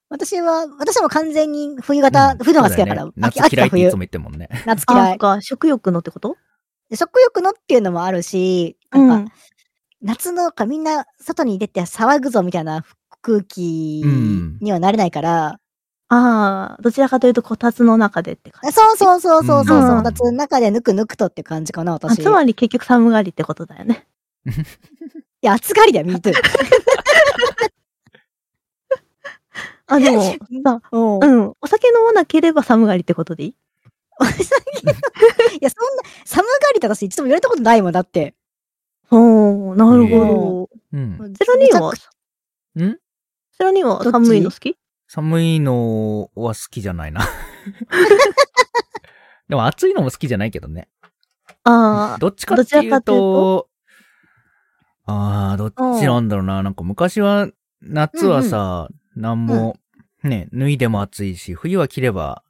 私は、私はもう完全に冬型、冬のが好きだから、
そうだよね
秋
夏
秋
嫌い
か
って
冬
いつも、言ってるもんね。
夏
あ、
嫌
そ
い
っ。か、食欲のってこと
で食欲のっていうのもあるし、なんか、夏のかみんな外に出て騒ぐぞみたいな空気
うん
にはなれないから、
ああ、どちらかというと、こたつの中でって感
あそうそうそうそうそうそう、
うん
夏の中でぬくぬくとって感じかな、私。
じ。あつまり結局寒がりってことだよ ね。
いや、暑がりだよ、ミートゥ
あ、でも、さ、
ー。う
う
。
ん
い
ん。お酒飲まなければ寒がりってことでいい
や、そんな、寒がりとか私いつも言われたことないもんだって。
おー、なるほ
う
ど。
ん。
セロニーは
めちゃくちゃ
ん
セロニーは寒いの好き
寒いのは好きじゃないな。でも暑いのも好きじゃないけどね。
ああ、
どっちかっていう
どちらかっていう
と、ああ、どっちなんだろうな。なんか昔は、夏はさ、なんも、ね、脱いでも暑いし、冬は着れば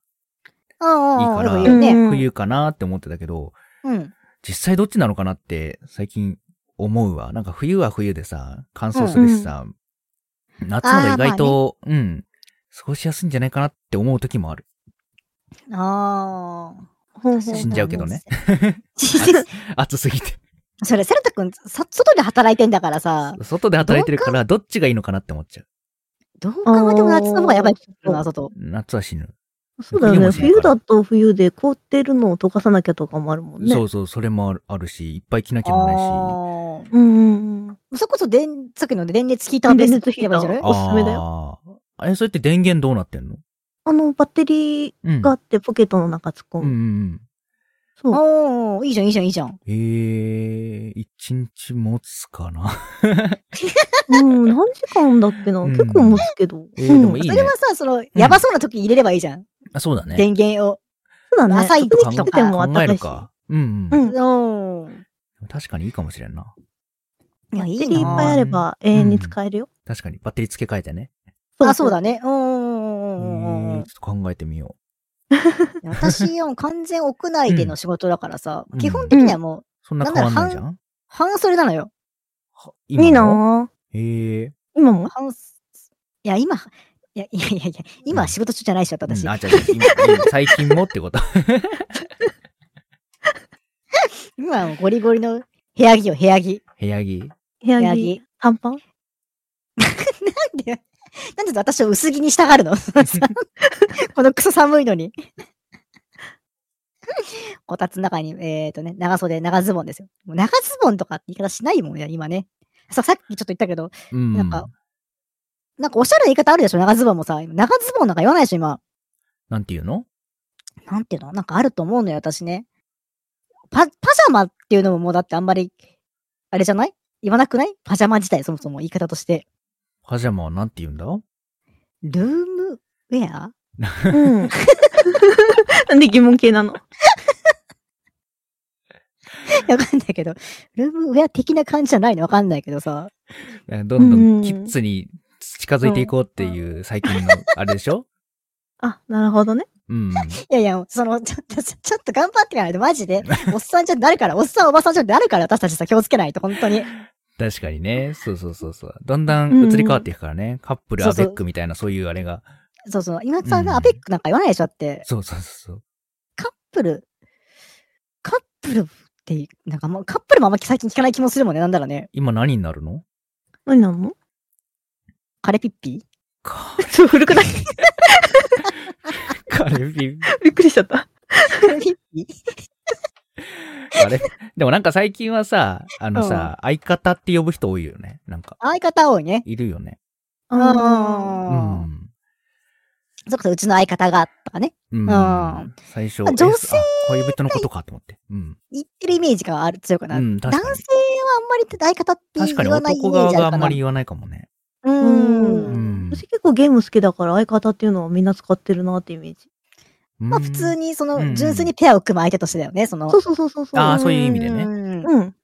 うんうんうん。
いいか
よ
ら
く言うね。
うん
冬かなって思ってたけど、
うん。
実際どっちなのかなって最近思うわ。なんか冬は冬でさ、乾燥するしさ、夏の方が意外と、うん、過ごしやすいんじゃないかなって思う時もある。
ああ。
ほうほう
死んじゃうけどね。暑すぎ て。
それ、セルタ君、さ、外で働いてんだからさ、
外で働いてるから、どっちがいいのかなって思っちゃう。
どう考えても夏の方がやばいな、外。
夏は死ぬ。
そうだよね。
冬も
冬
そうだから
だと冬で凍ってるのを溶かさなきゃとかもあるもんね。。
そううそう、それもあるあるし、いっぱい着なきゃもないし。
ああ。
うんうんうん。
それこそ、でん、さっきの電熱ヒーターベース
電熱ヒーター
やばいんじゃない
あおすすめだ
よ。あれ、それって電源どうなってんの
あの、バッテリー
うん。
があってポケットの中突っ込
うんうん
む。
うん。
そう。
おー、いいじゃん、いいじゃん、いいじゃん。
えー、一日持つかな。
うん、何時間だっけな
うん
結構持つけど。
えー、でも
うん
いい
そ
ね
れ。はさ、その、やばそうな時入れればいいじゃん。
あそうだね。
電源を。
そうだね。
朝一
特に
とか
低くてもあった
考え
かい
る
し。
か。うん
う
うん。
ん。
おー。
確かにいいかもしれんな。
いや、い
バッ
い
テリーいっぱい
な
あれば永遠に使えるよ。
確かに。バッテリー付け替えてね。
あ、そう
だ。
だね。うんうん
え
うんうんうんう
ー
ん
ちょっと考えてみよう。
私はもう完全屋内での仕事だからさ
う、ん
基本的にはもう、
そんな変わんないじゃん
半袖なのよ。
はい
い
今の
なぁ。
えー。
今も
半袖、いや、今、いや、いやいやいや、今は仕事中じゃないっしょ、私
うん。あ、じゃあ、今今最近もってこと。
今はもうゴリゴリの部屋着よ、部屋着。
部屋着。
部
部
屋
屋
着
着。
短パン
なんで、なんで私を薄着にしたがるの さこのクソ寒いのに。 こたつの中に、えっ、とね、長袖、長ズボンですよ。もう長ズボンとかって言い方しないもんね、今ね。ささっきちょっと言ったけど、
うん。
なんかなんかおしゃれな言い方あるでしょ、長ズボンもさ。長ズボンなんか言わないでしょ、今。
なんていうの
なんていうのなんかあると思うのよ、私ね。パ、パジャマっていうのももうだってあんまり、あれじゃない言わなくないパジャマ自体、そもそも言い方として。
パジャマはなんて言うんだ
ルームウェア
うん。なんで疑問系なの
わかんないけど、ルームウェア的な感じじゃないのわかんないけどさ。
えーどんど
うん
んキッズに近づいていこうっていう最近のあれでしょ
あ、なるほどね。
うん。
いやいや、その、ちょっと、ちょちょっと頑張ってからで、マジ で。おっさんじゃなるから、おっさんおばさんじゃなるから、私たちさ、気をつけないと、本当に。
確かにね。そうそうそうそう。だんだん移り変わっていくからね。カップル、
そ
ア
うそ
ベ
う
ックみたいなそういうあれが。
そうそう。今さ、
うん
アペックなんか言わないでしょだって、
そうそうそうそう。
カップル、カップルって、なんかもう、カップルもあんま最近聞かない気もするもんね、なんだろうね。
今何になるの
何なの
カレピッピ
か、
そう、古くない
カレピ、
びっくりしちゃった。
カレピッピ
カレ、でもなんか最近はさ、あのさ、相方って呼ぶ人多いよね。なんか、
相方多いね。
いるよね。
あ
う
う
ん
ん。
そっか、うちの相方が、とかね。
うん
うん。
最初、
あ女性
えあ恋人のことかと思って。うん。
言ってるイメージがある強くな
う
る。
ん、
男性
確
は
かに。
あんまりって相方って
確かに
言わないイメ
男
ー
側
ジある
があ
か
ん
な
まり。言わないかもね。
う
う
ーん。
ん
ん。私結構ゲーム好きだから相方っていうのはみんな使ってるなってイメージ。
ま
まあ普通
に。
に、そ
うん
の、純粋にペアを組む相手としてだよね、その。
そうそうそうそうそう。
あーそういう意味で
ね。
ね
うん。
確かに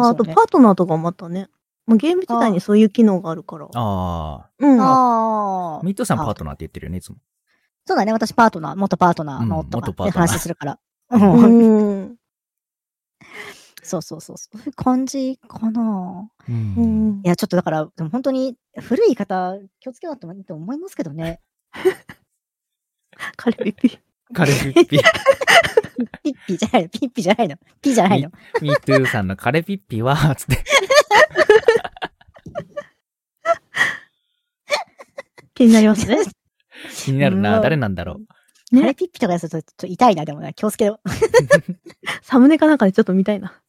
あ
そ
あと
うね。
パートナーとかもあったね。もうゲーム自体にそういう機能があるから。
あ
うん。
ああ。
あ。ミッドさん
あ
パートナーって言ってるよね、いつも。
そうだね、私パートナー、元パートナーの
うん
夫
元パ
が
ートナー
で話するから。
うん
うん
うん。
そうそうそう。そういう感じかな。
う。
うんん
い。や、ちょっとだから、でも本当に古い言い方、気をつけなくてもいいと思いますけど ね。
カルビピ。
カルピッピ。
ピッピじゃないの、ピッピじゃないの、ピじゃないの。
ミートゥーさんのカレピッピは、 つって。
気になりますね。
気になる
う
な。
ん
誰なんだろう。
あれピッピとかやるとちょっと痛いな、でもな、気をつけろ。
サムネかなんかでちょっと見たいな。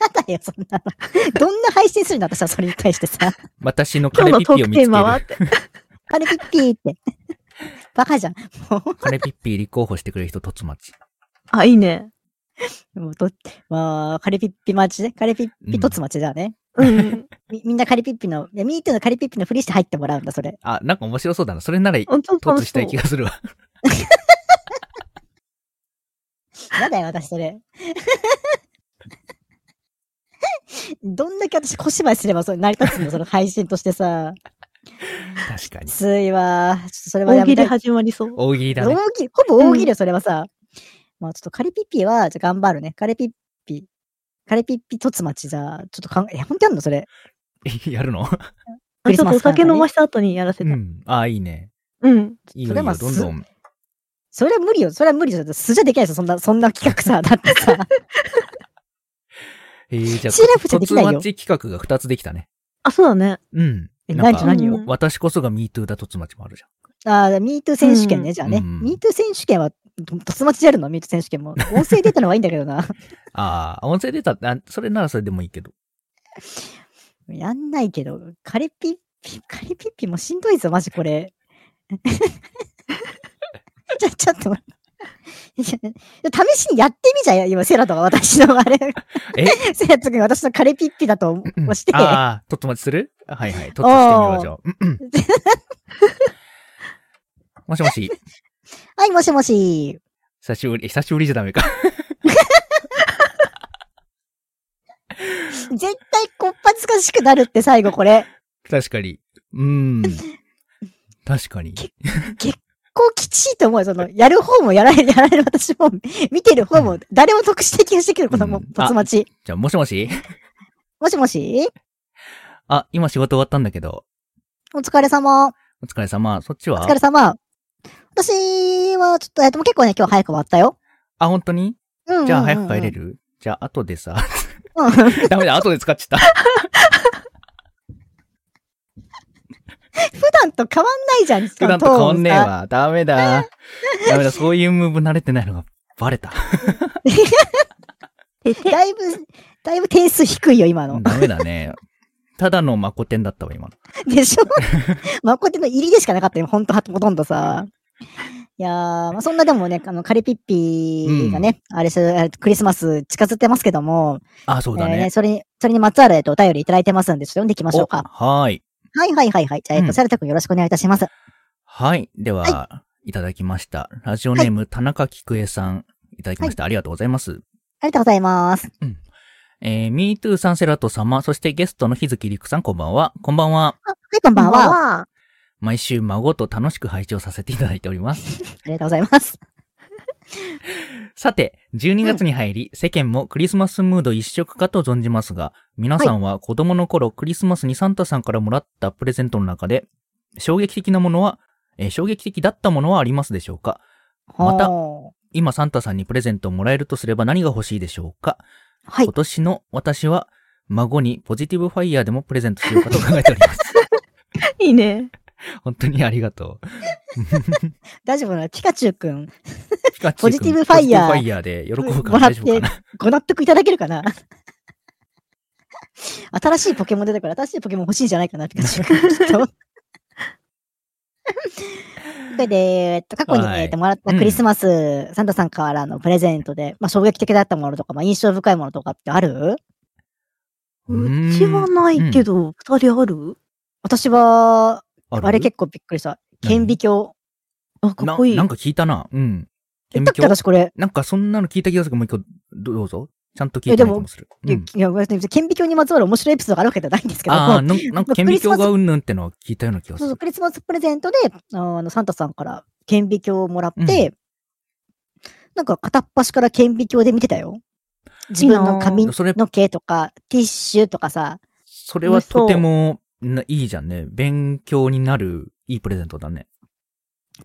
なんだよ、そんなの。どんな配信するんだ、私はそれに対 してさ。
私のカ
今
レ
日
ピッピ
のトー
を
ク
見つ
テ
け
ー
る。
マはっ
カ
て。
あれピッピーって。バカじゃん。も
レピッピ立候補してくれる人、とつまち。
あ、いいね。
う、もうど、まあ、カレピッピ待ちね。カレピッピとつ待ちだね。
うん。
みみんなカレピッピの、いや、ミートのカレピッピのふりして入ってもらうんだ、それ。
あ、なんか面白そうだな。それなら、
本当
と
楽
つ
し
した
そう
い。気がする わ。
やだよ、私 それ。どんだけ私小芝居すればそれ成り立つんだ、その配信としてさ。
確かに
き。ついわ。ちょっとそれはや
大
め
喜
た
利
い。
始まりそう。
大喜利だね。
大喜利、ほぼ大喜利よ、それはさ。まあちょっとカレピッピは、じゃあ頑張るね。カレピッピ。カレピッピとつまちじゃあ、ちょっと考え、え、本当やんのそれ。
やるの
あちょ
クリ
っとお酒
スマス感がね
飲ました後にやらせ
う
た。
ん。あ、いいね。
うん。
いい
それ
よ、いい
まあ
よどんどん。
それは無理よ。それは無理よ。だって素じゃできないですよ。そんな、そんな企画さ。だってさ。
えー、じゃ
シラフ
あ、
じゃ
と
で
つ
きないよ
まち企画が2つできたね。
あ、そうだね。
うん。
え
なん
何
か、
何
を
私こそが MeToo だとつまちもあるじゃん。
ああ、MeToo 選手権ね、
うん
じゃあね。
うん
MeToo 選手権は、ととつまちでやるの ?MeToo 選手権も。音声出たのはいいんだけどな。
ああ、音声出た、あそれならそれでもいいけど。
やんないけど、カレピッピ、カレピッピもしんどいぞ、マジこれ。 ちょ、ちょっと待って。いや試しにやってみじゃん、今、セラとか私のあれ。
え
セラと君、私のカレピッピだと
うん
押して、
ああ、とつまちするはいはい。とつしてみようじゃあうん うん。もしもし。
はい、もしもし。
久しぶり、久しぶりじゃダメか。
絶対こっぱずかしくなるって、最後これ。
確かに。うーん。確かに。
こうきちいと思うよ。その、やる方もやられ、やられる私も、見てる方も、誰も得して気がしてくる、このも
うん
う、とつまち。
じゃあ、もしもし
もしもし
あ、今仕事終わったんだけど。
お疲れ様。
お疲れ様。そっち
お
は
疲れ様。私は、ちょっと、えっと、もう結構ね、今日早く終わったよ。
あ、本当に
うん
じゃあ、早く帰
る。
れる、じゃあ、後でさ。
うん普
ダメだ、後で使っちゃ った。
段と変わんないじゃん、
普段と変わんねえ
トーンさ。
わ。ダメだ。 ダメだ、そういうムーブ慣れてないのがバレた。
てて。
だいぶ、だいぶ点数低いよ、今の。
ダメだね。ただのマコテンだったわ、今の。
でしょまあ、こうやっての入りでしかなかったよ、ほんと、ほとんどさ。いやー、まあ、そんなでもね、あの、カレピッピがね、あれし、あれクリスマス近づいてますけども、
あ、そうだ
えー
ね。
それに、それにまつわる、えっと、お便りいただいてますんで、ちょっと読んでいきましょう
お
か。
はーい。
はいはいはいはい。じゃあ、えっ
うん
と、サルタ君よろしくお願いいたします。
はい。では、い、ただきました。ラジオネーム、田中菊江さん。いただきました。ありがとうございます。
ありがとうございます。
えー、MeToo さん、セラト様、そしてゲストの日月陸さん、こんばんは。こんばんは。
はい、こんばんは。あ
は。
毎週、孫と楽しく拝聴させていただいております。
りがとうございます。
さて、12月に入り、世間もクリスマスムード一色かと存じますが、皆さんは子供の頃、クリスマスにサンタさんからもらったプレゼントの中で、衝撃的なものは、えー衝撃的だったものはありますでしょうか また
ほ
今サンタさんにプレゼントをもらえるとすれば何が欲しいでしょうか、
ーはい
今。年の私は、孫にポジティブファイヤーでもプレゼントしようかと考えてお ります。
いいね。
本当にありがとう。
大丈夫なのピカチュウくん、
ピカチュ
ポ
ウ君
ジティブファイヤー
ポジティブファイヤーで喜ぶか
もら
な
っ
大
て
丈夫かな
ご納得いただけるかな 新しいポケモン出てから新しいポケモン欲しいんじゃないかな、ピカチュウくん。 きっと。それで、えっと、過去に、
はい
えっと、もらったクリスマス、サンタさんからのプレゼントで、まあ、衝撃的だったものとか、まあ、印象深いものとかってある
うん
うちはないけど、二人ある
私は、
あ
あ
る
れ結構びっくりした。顕微鏡。
あ、かっこいい。
な。なんか聞いたな。うん。
言ったっけ私これ。
なんかそんなの聞いた気がするけど、もう一個、どどうぞ。ちゃんと聞いてない気もする。う
い
ん、
や、別に顕微鏡にまつわる面白いエピソードがあるわけじゃないんですけども。
ああ、なんなんか顕微鏡がうんぬんってのは聞いたような気がす
そうそう、
る。
クリスマスプレゼントで、あの、サンタさんから顕微鏡をもらって、なんか片っ端から顕微鏡で見てたよ。自分の髪
それ
の毛とか、ティッシュとかさ、
それはとてもないいじゃんね。勉強になるいいプレゼントだね。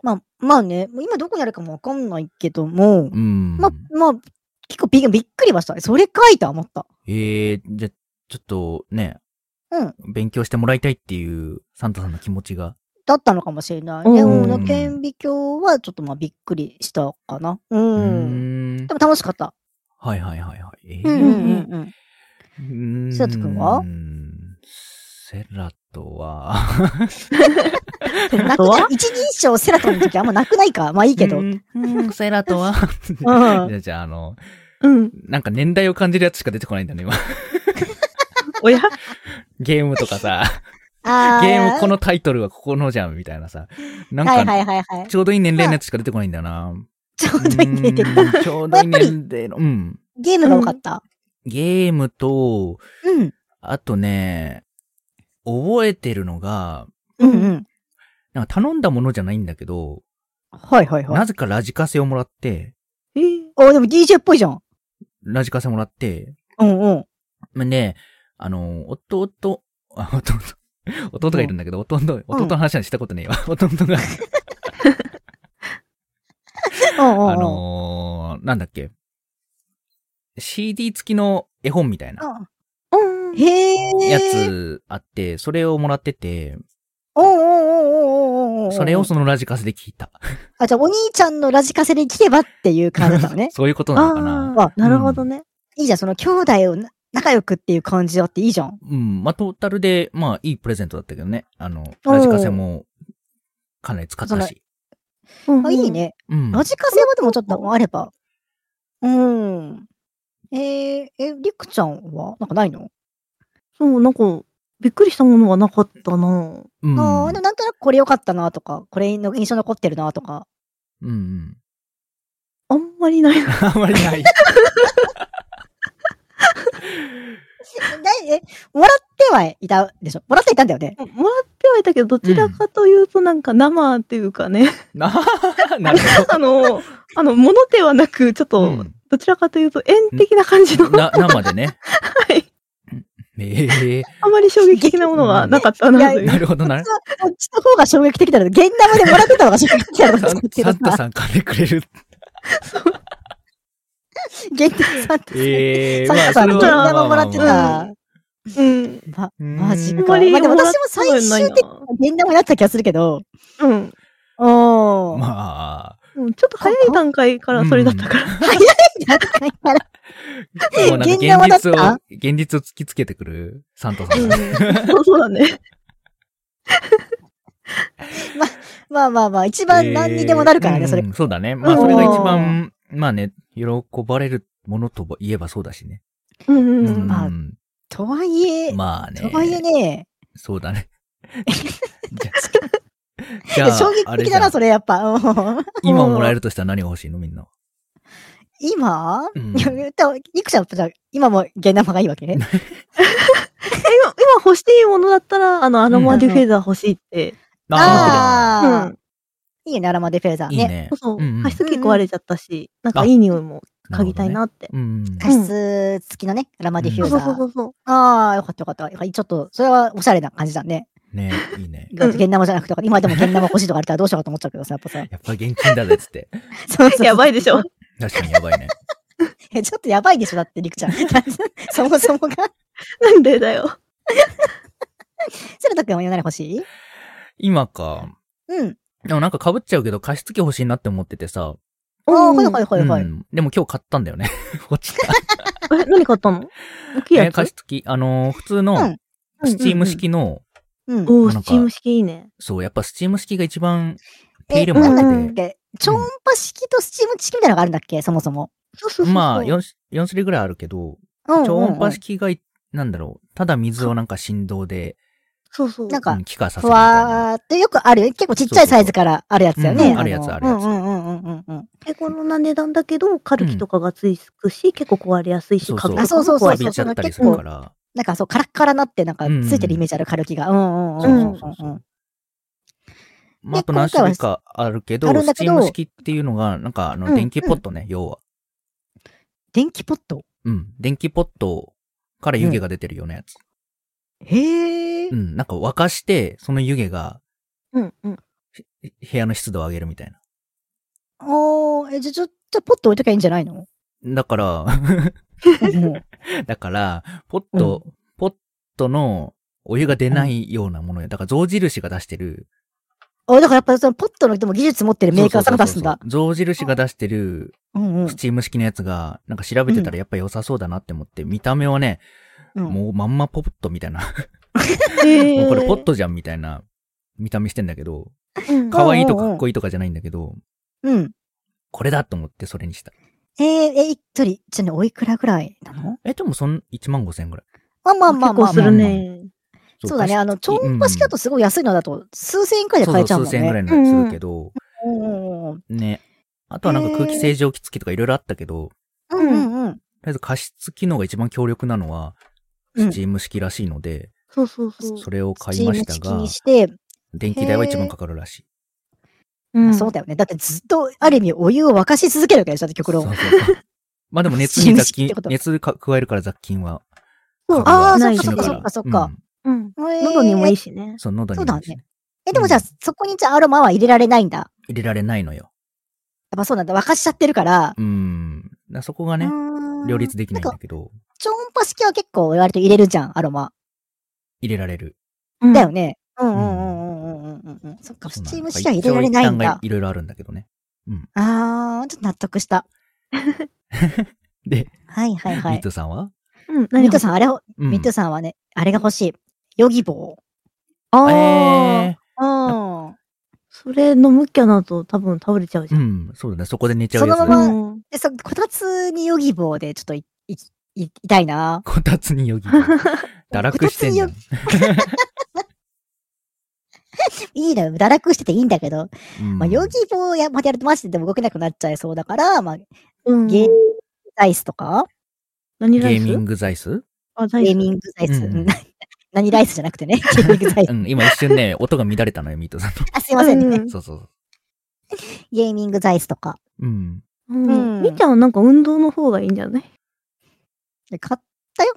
まあ、まあね、もう今どこにあるかもわかんないけども、
うん。
まあ、まあ、結構びびっくりはした。それ書いた思った。
ええじゃ、ちょっとね、
うん。
勉強してもらいたいっていうサンタさんの気持ちが。
だったのかもしれない。
うん
でも、の顕微鏡はちょっとまあびっくりしたかな。う。
うんん
で。も楽しかった。
はいはいはいはい。え
うんう
ー
んうん
うん
セラト君は
セラトは、
うん。なくない一人称セラトンの時あんまなくないか。まあいいけど。
う
うん。
んうんセラトは、
うん
じゃあじゃああの、
うん。
なんか年代を感じるやつしか出てこないんだね、今。
おや
ゲームとかさ、
あ
ゲームこ
の、
のタイトルはここのじゃん、みたいなさ。なん
はいは
か、
いはいはい
ち。ょうどいい年齢のやつしか出てこないんだ よな。
ちょうどいいね出た。
うんちょうどいい年齢の、うん。
ゲームが多かった。
ゲームと、
うん。
あとね、覚えてるのが、
うんうん。
なんか頼んだものじゃないんだけど、
はいはいはい。
なぜかラジカセをもらって、
えー
お、でも DJ っぽいじゃん。
ラジカセもらって、
うんうん。
まあね、あの、弟、あ、弟、弟がいるんだけど、弟、弟の話はしたことねえわ。 弟が、
うんうんうん。
あのーなんだっけ。CD 付きの絵本みたいな
うん。
へえ。
や。つあって、それをもらってて、
おうおうおうおうおうおうおう
それをそのラジカセで聞いた。。
あ、じゃあお兄ちゃんのラジカセで聞けばっていう感じだね
そういうことなのかな。
ああ、なるほどね。
いいじゃん、その兄弟をな仲良くっていう感じだっていいじゃん。
うん。まあ、トータルで、まあ、いいプレゼントだったけどね。あの、
おー
ラジカセも、かなり使ったし。
うん
あ、いい。ね。
うん。
ラジカセはでもちょっとあれば。うん。えー、え、りくちゃんはなんかないの、
そう、なんか、びっくりしたものはなかったな
うん。
ああ、でもなんとなくこれ良かったなとか、これの印象残ってるなとか。
うんうん。
あんまりないな。
あんまり ない。
え、え、もらってはいたでしょもらってはいたんだよね。
もらってはいたけど、どちらかというと、なんか生っていうかね。
な、なる
あの、あの、物ではなく、ちょっ
ほど。
と、どちらかというと、円的な感じ
う
の、
ん
は
な、生でね。
い。
ええ
あまり衝撃的なものがなかったなとい
いや
な
う。
るほどな。
こっちの方が衝撃的だけど、現生でもらってたのが衝撃的だろう
サ
な
ン
と思って
サ
る
ンタさん買ってくれる。
現生サンタさん。
ええ
サンタさんの現生もらって
まあまあ
た。
うん。
ま、
うん
マジか。
あん
ま
ま
あ
り
でも私も最
もらってはな
終
いな
的には現生になってた気がするけど。
うん。
おー。
ま
ま
あ、
うんちょっと早い段階からそれだったから。
もうなんか
現
現
生だった
実を、現実を突きつけてくるサンタさんだね。
そうそうだね。
あまあまあ、一番何にでもなるから
え
ね、
え
それ
う。んそうだね。まあ、それが一番、まあね、喜ばれるものと言えばそうだしね。
うんう
うん
ん。
まあとはいえ、
まあね。
とはいえね、
そう だね。じ
い
ゃじゃ
や衝
あ、
撃
あれ
的
じゃ
だ
ん
な、それやっぱ。 うん
今もらえるとしたら何が欲しいのみんなは。
今
うん
いや、歌を、いくちゃん、じゃあ今も現生がいいわけね。
え今、今欲しいものだったら、あの、アロマディフェーザー欲しいって。
あ
う
ああ
ん。
いいよね、アラマデフェーザー
いい
ね。
ね
そう。そう
うんうん
加湿器壊れちゃったし、なんかいい匂いも嗅ぎたいなって。
うん。
加湿付きのね、アラマディフュ
そ
ー
うそ
ザ
うそ
ー。
うそうそう。
ああ、よかったよかった。ちょっと、それはおしゃれな感じだね。
ねいいね。
うん
現生じゃなくて、今でも現生欲しいとかあれたらどうしようかと思っちゃうけどさ、やっぱ さ。
やっぱ現金だぜっつ って。
そうそうそう
やばいでしょ。
確かにやばいね。
え、ちょっとやばいでしょ、だって、りく ちゃん。そもそもが。
なんでだよ。。
セルタ君は何欲しい
今か。
うん。
でもなんか被っちゃうけど、加湿器欲しいなって思っててさ。
ああ、はいはいいはいは
う
い。
んでも今日買ったん だよね。落ちた。
え、何買ったの大きい
ね
や
加
つ
湿器、あのー普通
う
の
ん、
スチーム式の、
うん。
お
な
ー、
んか
スチーム式いいね。
そう、やっぱスチーム式が一番手
え、
入れ
な
も
うん
だ
良
っ
くて。
け超音波式とスチーム式みたいなのがあるんだっけそもそも。
そうそうそうそう。
まあ4、四種類ぐらいあるけど、
うん
超音波
式。
式がい、なんだろう、ただ水をなんか振動で、
そうそう。
なんか
うん、気化
ふ
させるみたいな。
わーってよくある。結構ちっちゃいサイズからあるやつだよ
そうそう
ね。
うんあるやつ
の
あるやつ
うんうんうんうんうん。
手頃な値段だけど、カルキとかがついくし、結構壊れやすいし、
そう
カ
そう
ビとかも
そうそう
錆
壊れ
び
や
ち
すい
ゃったりするから。
なんかそう、カラッカラなって、なんか
うん
ついてるイメージある、軽気が。うんうんう
そうんそううんそう
う
そ
ん。
う。まあ、あと
で
何種類かあるけど、
今回は
ス
あるんだ
チ
け
ー
ど
ム式っていうのが、なんかあ
う
の、
ん
電気ポットね、要は。
電気ポット
うん。電気ポットから湯気が出てるようなやつ。
へえ
う。ん。なんか沸かして、その湯気が
うんうん。
へ部屋の湿度を上げるみたいな。
おー、え、じゃ、ちょ、じゃ、ポット置いときゃいいんじゃないの
だから、
もう
だから、ポット、ポットのお湯が出ないようなものや。だから象印が出してる。
あ、だからやっぱそのポットのでも技術持ってるメーカーさんが出すんだ。
そうそうそうそう象印が出してる
うんうん
ス。チーム式のやつが、なんか調べてたらやっぱ良さそうだなって思って、見た目はね、
うん
もうまんまポットみたいな。も
も
う これポットじゃんみたいな見た目してんだけど、
うん
か
可愛いとかかっこいいとかじゃないんだけど、
うん。
これだと思ってそれにした。
えー、え、一人、ちなみにおいくらぐらいなの
え、でもそん、1万5千円ぐらい。
まあまあまあまあまあ。
結構するね。
そうだね。あの、超音波式だとすごい安いのだと、数千円くらい
貸し
で
そう
買えちゃうもんね。
そう数千円ぐらいのするけど、
うん
ね。あとはなんか空気清浄機付きとかいろいろあったけど、
うんうんうん。
とりあえず加湿機能が一番強力なのは、
う
ス
ん
チーム式らしいので、
そうそうそう。
それを買
チ
い
ー
ま
ム
し
式
たが
に、して、
電気代は一番かかるらしい。
うん
そうだよね。だってずっと、ある意味お湯を沸かし続けるわけでしょ、だって極論。
そうそうそうまあでも熱に雑
スチーム式っ
菌
てこと、
熱か加えるから雑菌は、
そう
株
あ
は
ー
ない
死
そ
ぬ
っかそっ
ら
かそっかそっか
うん
うん。
えー
喉にもいいしね。
そう、喉に
そうだ
もい
ね
いしね
え、でもじゃあ、
うん
そこにじゃあアロマは入れられないんだ。やっ
入れられないのよ。
ぱそうなんだ。沸かしちゃってるから。
うん。だからそこがね、両立できないん
なん
だ
か、
けど、
超音波式は結構割と入れるじゃん、アロマ。
入れられる。
うん
だよね。うん
ん
うんうんうんうんうんうん。そっか、ス
そうなの
チーム式は入れられないん
一応一旦が
だ。
いろいろあるんだけどね。
あー、ちょっと納得した。
で、
はいはいは
ミッ
い。
トさんは
うん。
ミ
何
ットさん、あれを、
うん
ミットさんはね、あれが欲しい。ヨギボ
ああ、
え
ー。うん。
それ飲むっきゃなと多分倒れちゃうじ
ーう
ゃん。
ん、そうだね。そこで寝ちゃうやつ
そ
だ
のま
ね。
ま
うん
で、そ、こたつにヨギボーでちょっとい、い、い、いたいな。
こたつに よぎ。堕落してんじゃん
こ。いいのよ。堕落してていいんだけど。
うん
まあ、ヨギボーや、までやるとマジででも動けなくなっちゃいそうだから、まあ、
うん。
ゲームダイスとか、
何
ゲ
ライ
ー
ス
ミング座椅子
あ、
ゲ
ダイス
ーミングダイス。
う
うんん 何ライスじゃなくてね。ゲーミン グダイス
う。ん、今一瞬ね、音が乱れたのよ、ミートさんの。
あ、すいません
う
ね。
ん
そうそうそ
ゲーミングダイスとか。
う。うん。
うん
うん
みーちゃんはなんか運動の方がいいんじゃない
で買ったよ。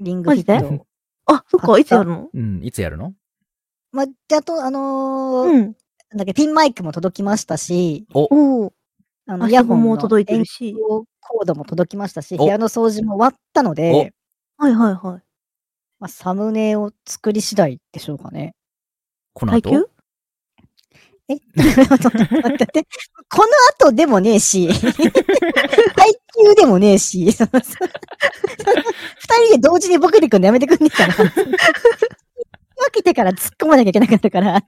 リングフィッ
マ
ト
ジで
を。
あ、そ
買っ
っか、
た
いつやるの
うん、いつやるの
まあ、で、あと、あのー
う
な
ん。
んだっけ、ピンマイクも届きましたし、
おお。
あの、
あ、
イ
ヤ
ヤホ
ホ
ン
ン
の
も届いてるし
延。長コードも届きましたし、部
お
屋の掃除も終わったので、
はいはいはい。
まあ、サムネを作り次第でしょうかね。
この
耐久
後
えちょっと待って。この後でもねえし、配給でもねえし、そのその二人で同時にボケてくんのやめてくんねえから。分けてから突っ込まなきゃいけなくなるから。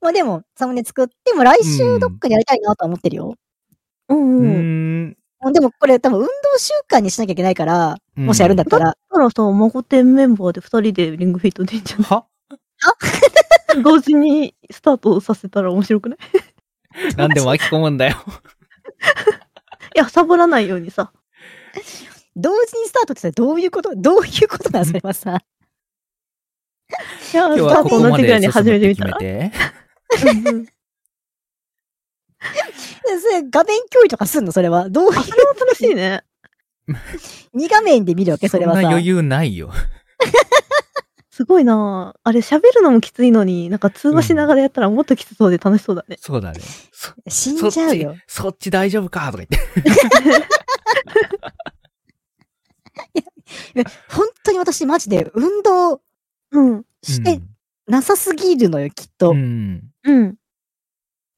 まあでも、サムネ作っても来週どっかでやりたいなとは思ってるよ。
うん
う
うん。
ん。
でもこれ多分運動習慣にしなきゃいけないから、もしやるんだったら。
だからさ、マコテンメンバーで二人でリングフィットでいいんじゃな
はい
同時にスタートさせたら面白くない
なんで巻き込むん だよ。
いや、サボらないようにさ。
同時にスタートってさどういうことどういうことなんそれはさ。
いや、
今
ス
日
タ
は
ー
こ
ト
こ
同
ま
じ
で
ぐらいに
進
始め
め
て
て
み
決
た
め
ら。
て。
うんうん
でそれ画面共有とかすんのそれは。どういう
あ、それも楽しいね。
2画面で見るわけそれは
ん
さ。
な余裕ないよ。
すごいなああれ喋るのもきついのに、なんか通話しながらやったらもっときつそうで楽しそうだね。
そうだね。そ
死んじゃうよ。
そっち大丈夫かとか言って。
本当に私マジで運動
うん。
してなさすぎるのよ、きっと。
うんうん。
うん。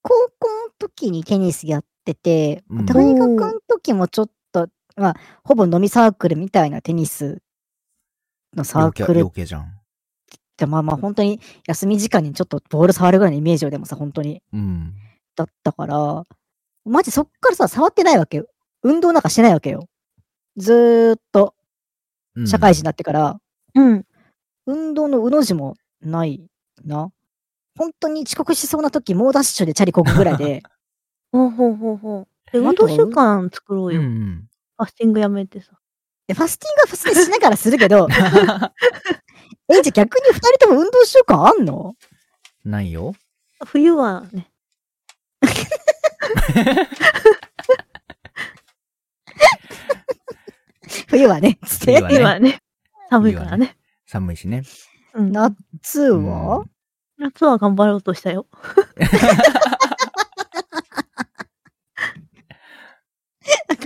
高校の時にテニスやってて、
うん
大学の時もちょっと、まあ、ほぼ飲みサークルみたいなテニスのサークルっ
余計じゃん。
て、まあまあ本当に休み時間にちょっとボール触るぐらいのイメージをでもさ、本当に、
うん。
だったから、マジそっからさ、触ってないわけよ。運動なんかしてないわけよ。ずーっと
うん
社会人になってから、
うん。
運動のうの字もないな。本当に遅刻しそうな時、猛ダッシュでチャリこぐぐらい で、
ほうほうほうほう。で運
あと
動習慣作ろう
うん
よ。
う
フ
ん。
ァスティングやめてさ。
でファスティングはファスティングしながらするけ ど、え、じゃあ逆に二人とも運動習慣あんの
ないよ。
冬はね。
冬はね。つって
冬はね
今ね、寒いからね。
寒いしね。
うん
夏は、
うん
夏は頑張ろうとしたよ。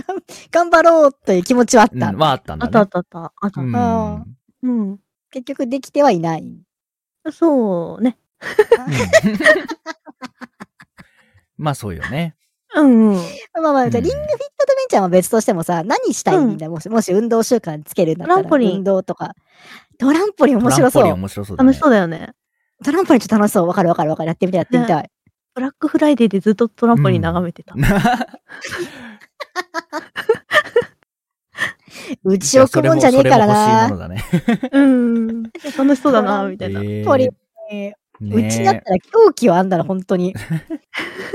頑頑張ろうという気持ちはあっ
うん
た。
はあったん
あ
だ
っ
ね。
たあったあった。あった
う。ん
あ
うん。
結局できてはいない。
そうね。
まあそうよね。
うんうん。
まあまあ、じゃあ
うん
リングフィットアドベンチャーは別としてもさ、何したい
うん
みんな、もし、もし運動習慣つけるんだったら。
トランポリン
運動とか。トランポリン面白そ
トランポリン
う。
面白そうだね。
楽しそうだよね。
トランポリンちょっと楽しそう。わかるわかるわかる。やってみたい、やってみたい。
ブラックフライデーでずっとトランポリン眺めてた。
うちを組むんじゃねえからな。
うん。楽しそうだな、みたいな。
ポリン
う
えーうち
ち
だったら狂気はあんだな、本当に。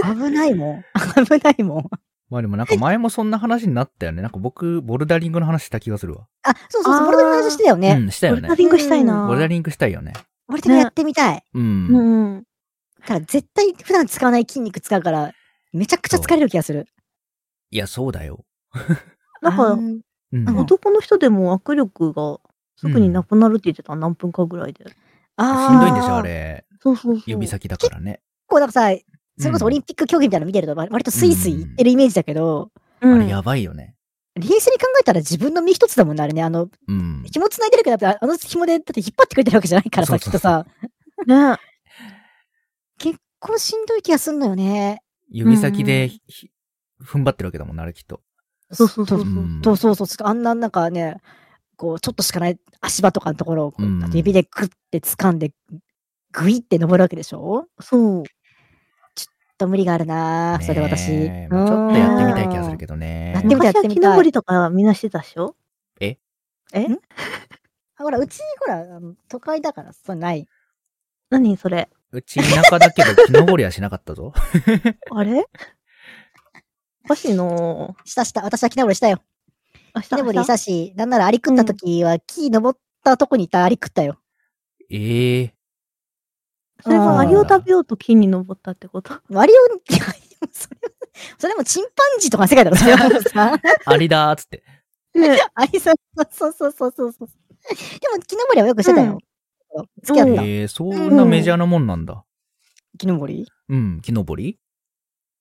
危ないもん。危ないもん。
まあでもなんか前もそんな話になったよね。なんか僕、ボルダリングの話した気がするわ。
あ、そうそう
あ
そう、
ー
ボルダリングの話してたよ
う
ね。
ん、した
ボ
よ
ル
ね
ダ。リングしたいな。
ボルダリングしたいよね。
ボルダリングやってみたい。
うん。
うん。
だから絶対普段使わない筋肉使うから、めちゃくちゃ疲れる気がする。
いや、そうだよ。
なんか
あー
うん。
うん
男の人でも握力がすぐになくなるって言ってた、何分かぐらいで。
あー
しんどいんでしょ、あ。れ。
そうそうそう。
指先だからね。
こうなんかさ、それこそオリンピック競技みたいなの見てると、割割とスイスイいってるイメージだけど、
う
あ
ん
れやばいよね。
冷静に考えたら自分の身一つだもんね、あれね。あの、
うん。
紐繋いでるけど、だってあの紐で、だって引っ張ってくれてるわけじゃないから
そ
さ、
う
き
そ
っ
うそ
とさ。
う
ね。
結構しんどい気がすんのよね。
指先でひ、ひ踏ん張ってるわけだもんな、あれきっと。
そうそうそうそう。
ん
そうそうそう。あんななんかね、こう、ちょっとしかない足場とかのところをこう
うん
だって指でグッて掴んで、グイって登るわけでしょ
そう。
ちょっと無理があるなぁそれで私。
ねえまあちょっとやってみたい気がするけど
や
ね
っ。てみたい
昔は木登りとかみんなしてたっしょ
え
え
んあほら、うち、ほら、あの都会だから、そうない。
何それ
うち田舎だけど、木登りはしなかったぞ。
あれおかしいの
したした、私は木登りしたよ。
明日
木登り
明日
したし、なんならアリ食った時は、木登ったとこにいたアリ食ったよ。
ええ
それ
あー
はアリを食べようと木に登ったって こと
アリを、いや、でもそれは、 それもチンパンジーとかの世界だろ、それはもうさ。
ありだーっつって。
ね。
アリさん、そうそうそうそうそう。でも、木登りはよくしてたよ。付き合った。
ええそんなメジャーなもんなんだ。
木登り
うん、木登り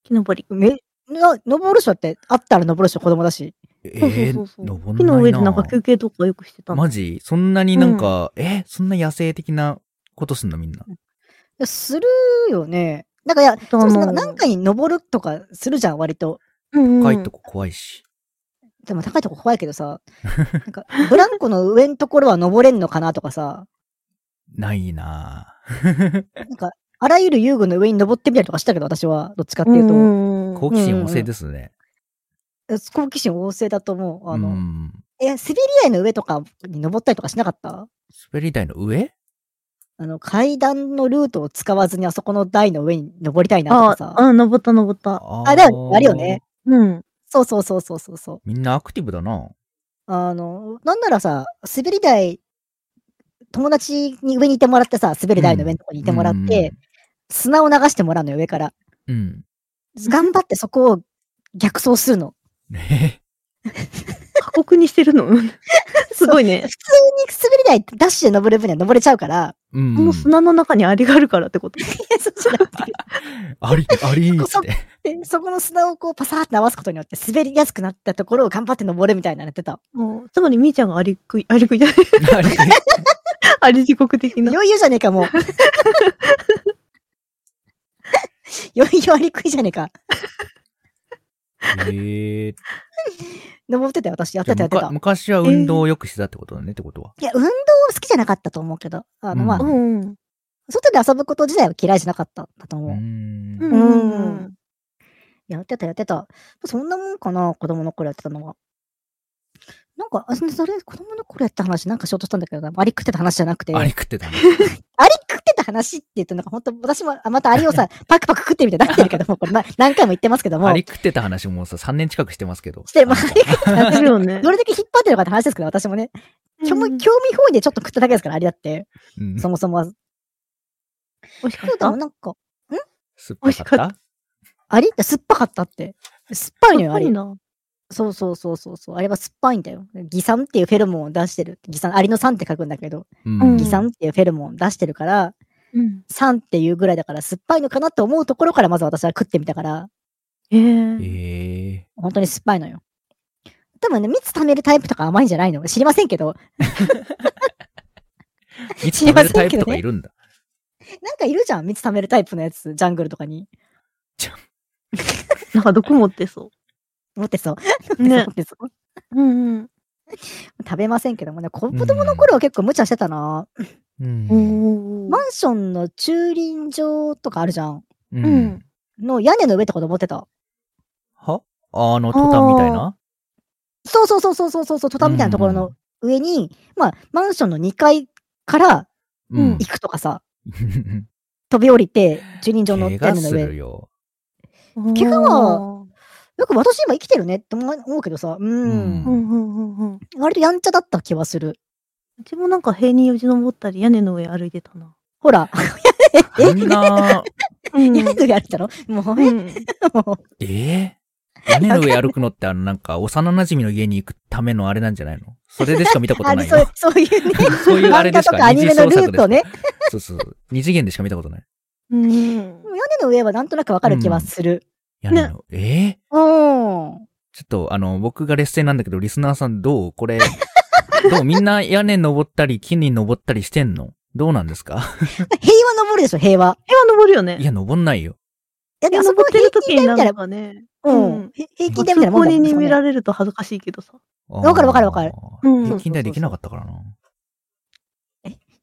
木登り。
め、な、登る人って、あったら登る人子供だし。
そう
ええ
そうそう
ー、
そ
登んな
う
いな。
木の上でなんか休憩とかよくしてたの。
マジそんなになんか、え、そんな野生的なことすんのみんな。
いやするよね。なんか、いや、そ
とあ
も
の
そもなんか何かに登るとかするじゃん、割と。
うんうん
高いとこ怖いし。
でも高いとこ怖いけどさ、なんか、ブランコの上のところは登れんのかなとかさ、
ないな
なんか、あらゆる遊具の上に登ってみたりとかしたけど、私は、どっちかっていうと、
ん
ぁ。
ん
好奇心旺盛ですね。
好奇心旺盛だと思う。あの、
うん
え、滑り台の上とかに登ったりとかしなかった
滑り台の上
あの、階段のルートを使わずにあそこの台の上に登りたいな
あ
とかさ。
あ、登った登った。
あ
あ、だよね、あるよね。。
うん。
そうそうそうそうそうそう。
みんなアクティブだな。
あの、なんならさ、滑り台、友達に上にいてもらってさ、滑り台の上のとこにいてもらって、砂を流してもらうのよ、上から。
うん。
頑張ってそこを逆走するの。
うん。え
過酷にしてる のすごいね。
普通に滑り台ってダッシュで登る分には登れちゃうから、
う
この
ん。
砂の中にアリがあるからってこと。
そうじゃなくて
あり、ありっつって。
でそこの砂をこうパサーって合わすことによって滑りやすくなったところを頑張って登るみたいなのやってた。
もうつまりみーちゃんがアリ食い、アリ食いじゃない
あり
アリ地獄的な。。
余裕じゃねえか、もう。余裕ありくいじゃねえか。
ええ
登ってたよ、私。やっ
じゃ
て
あ
た、やっ
む
てた
か。昔は運動をよくしてたってことだね、ってことは。
いや、運動は好きじゃなかったと思うけど、あの、まあ、
うん
外で遊ぶこと自体は嫌いじゃなかったんだと
う
思う。
ん
う。
うん
ん。
やってた、やってた。そんなもんかな、子供の頃やってたのは。なんか、あそそれ、子供の頃やった話なんかしようとしたんだけどな、アリ食ってた話じゃなくて、ア
あ
リ
り食ってたね。
食ってた話って言うと、なんか本当私も、あまたアリをさ、パクパク食ってみたいになってるけども、これな何回も言ってますけども、
あり食ってた話もさ、3年近くしてますけど。
して、まあ、アリ食ってた
やって
話
るよね
ど。れだけ引っ張ってるのかって話ですけど、私もね、興味興味本位でちょっと食っただけですから、アリだって、
うん
そもそもは。
美味し
け
かっ
どでも
た
なんか、
酸っぱかっ
美味
た
アリって酸っぱかったって。酸っぱいのよ、
や
ア
っぱり
リ。
な。
そうそうそうそうそう。あれは酸っぱいんだよ。ギ酸っていうフェロモンを出してる。ギ酸、アリの酸って書くんだけど、
うん
ギ酸っていうフェロモンを出してるから、
うん。
酸っていうぐらいだから酸っぱいのかなと思うところからまず私は食ってみたから、
えー、
え
本当に酸っぱいのよ。多分ね、蜜貯めるタイプとか甘いんじゃないの知りませんけど、
ー。いつ食べるタイプとかいるんだ。
なんかいるじゃん、蜜貯めるタイプのやつ、ジャングルとかに。
なんか毒持ってそ
持ってそう。
う。ね
持。ってそう
うんうん。
食べませんけどもね、子子供の頃は結構無茶してたな。
うん
おー。
マンションの駐輪場とかあるじゃん。
う
うんん。
の屋根の上とか登ってた。
はあの、トタンみたいな
そうそうそうそうそうそう、トタンみたいなところの上に、まあ、マンションの2階から
う
うんん。
行くとかさ、飛び降りて、駐 輪場の
怪
屋
我
根の
する
上。
よ。
怪我は、よく私今生きてるねって思うけどさ、うん
う。んうんうんうん。
割とやんちゃだった気はする。
うちもなんか塀によじ登ったり屋根の上歩いてたな。
ほら、
あん な、
うん
屋根の上あるだろもう、
う
え
ん
もう
ええ屋根の上歩くのって、あの、なんか、幼馴染の家に行くためのあれなんじゃないのそれでしか見たこと
あ
な
れ
い
そう
よ。
そういうね、
そういうあれ
漫
で
画
し
と
か
かアニメのルートね。
そうそう。二次元でしか見たことない。
うん
屋根の上はなんとなくわかる気はする。
屋根の、ええ
うん。
ちょっと、あの、僕が劣勢なんだけど、リスナーさんどうこれ、 どうみんな屋根登ったり、木に登ったりしてんのどうなんですか
平和登るでしょ、平和。
塀は登るよね。
いや、登んないよ。
いや、
いや、登ってる時になんかね、
うん。平均台みたいなもんだも
通り
んね
に見られると恥ずかしいけどさ。
わかるわかるわかる
あー
うん
平均台できなかったからな。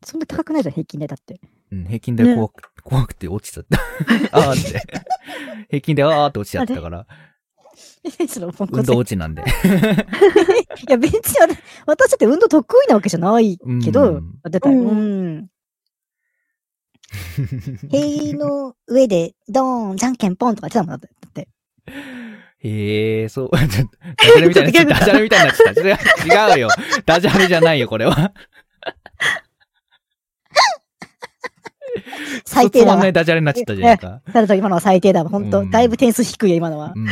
そんな高くないじゃん、平均台だって。
うん、平均台怖く、怖くて落ちちゃった。 あーって。平均台あーって落ちちゃってたから、
そのポンコ
運
ツ
動落ちなんで。
いや、別にあれ私だって運動得意なわけじゃないけど、
うん
だって、う
うん
ん。塀の上で、ドーン、じゃんけんぽんとか言ってたもんだって。
へえ、そう、 ちょっと、ダジャレみたいになっちゃった。ダジャレみたいになっちゃった。違う違うよ。ダジャレじゃないよ、これは。
最低
つま
だ
ん
わ
な。いダジャレになっちゃったじゃないか。
だと今のは最低だわ。ほん
う
と。
ん
だいぶ点数低いよ、今のは
う。ん、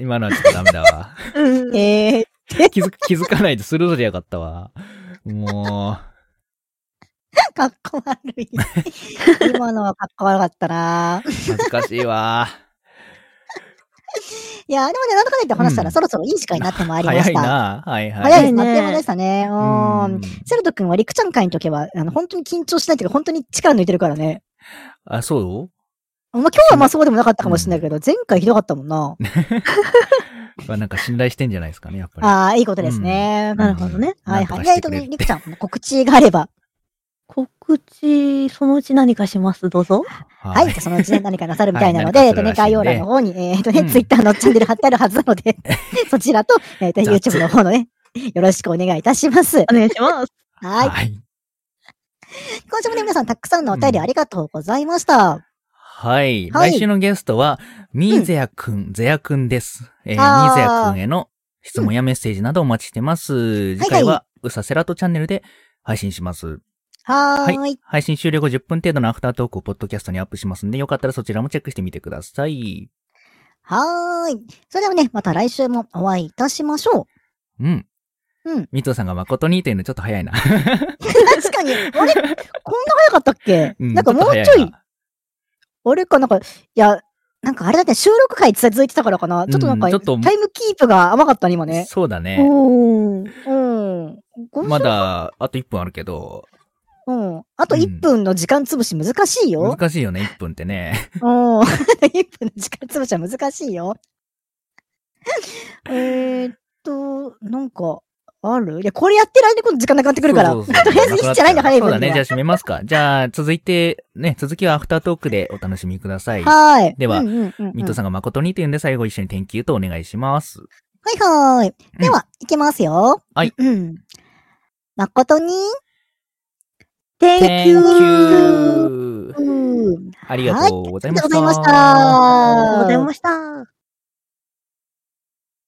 今のはちょっとダメだわ。
うん
えー、
気づく、 気づかないと鋭りやがったわ。も
かっこ悪 い。今のはかっこ悪かったな
う、恥ずかしいわ。
いや、でもね、なんとかねって話したら、
うん
そろそろいい時間になってまいりま
早
し
い
た。
な。はいはい。
早い
早
で
い
す。あ
ね
っという間でしたね。う。
うん
セルト君は陸ちゃん会の時は、あの、本当に緊張しないというか、本当に力抜いてるからね。
あ、そう
まあ、今日はまあそうでもなかったかもしれないけど、前回ひどかったもんな。
まあなんか信頼してんじゃないですかね、やっぱり。
ああ、いいことですね。
なるほどね。
うん
はい
なんと
は
か
い。
し
え
て
っと
くれる
ね、りくちゃん、告知があれば。
告知、そのうち何かします、どうぞ。
は
はい。じゃあそのうちね、何かなさるみたいなので、
はい
えっとね、
何かす
概
る
要
らしいんで
欄の方に、えっとね、
うん
ツイッターのチャンネル貼ってあるはずなの で、そちらと、えっと、
雑
YouTube の方のね、よろしくお願いいたします。
お願いします。
はい。
はい。
今週もね、皆さんたくさんのお便り
うん
ありがとうございました。
はい。
はい
来週のゲストは、ミーゼアくん、ゼアくんです。えー、ミ
あー
ーゼアくんへの質問やメッセージなどお待ちしてます。次回は、うさセラトチャンネルで配信します。
はー。
はい配信終了後10分程度のアフタートークをポッドキャストにアップしますんで、よかったらそちらもチェックしてみてください。
はーい。それではね、また来週もお会いいたしましょ
うん。
うん。
ミトさんが誠にというのちょっと早いな。
う。 確かに、あれこんな早かったっけ、
うん
なんかもうちょ
っと早
い、あれかなんか、いや、なんかあれだって収録回続いてたからかな。ちょっとなんか、
うんちょっと
タイムキープが甘かったね、今
な
ね。
そうだね。
おー。
うん。ごめん
まだ、あと1分あるけど、
うん。あと
うん
1分の時間潰し難しいよ。
難しいよね、1分ってね。
うん。1分の 時間潰しは難しいよ。 えーっと、なんか、あるいや、これやってる間に今度時間なくなってくるから。
そうそうそう
とりあえずいいんじゃないの早い
そ
分には
うだね。じゃあ閉めますか。じゃあ、続いて、ね、続きはアフタートークでお楽しみください。
はーい。
では
うんうんうんうん
ミトさんが誠にというんで最後一緒に天気言うとお願いします。
はいはーい。では、いきますよ。
はい。
うん。誠に、
Thank you!
you!
うん。
ありがとうございました。
ありがとうございました
ありがとうございました。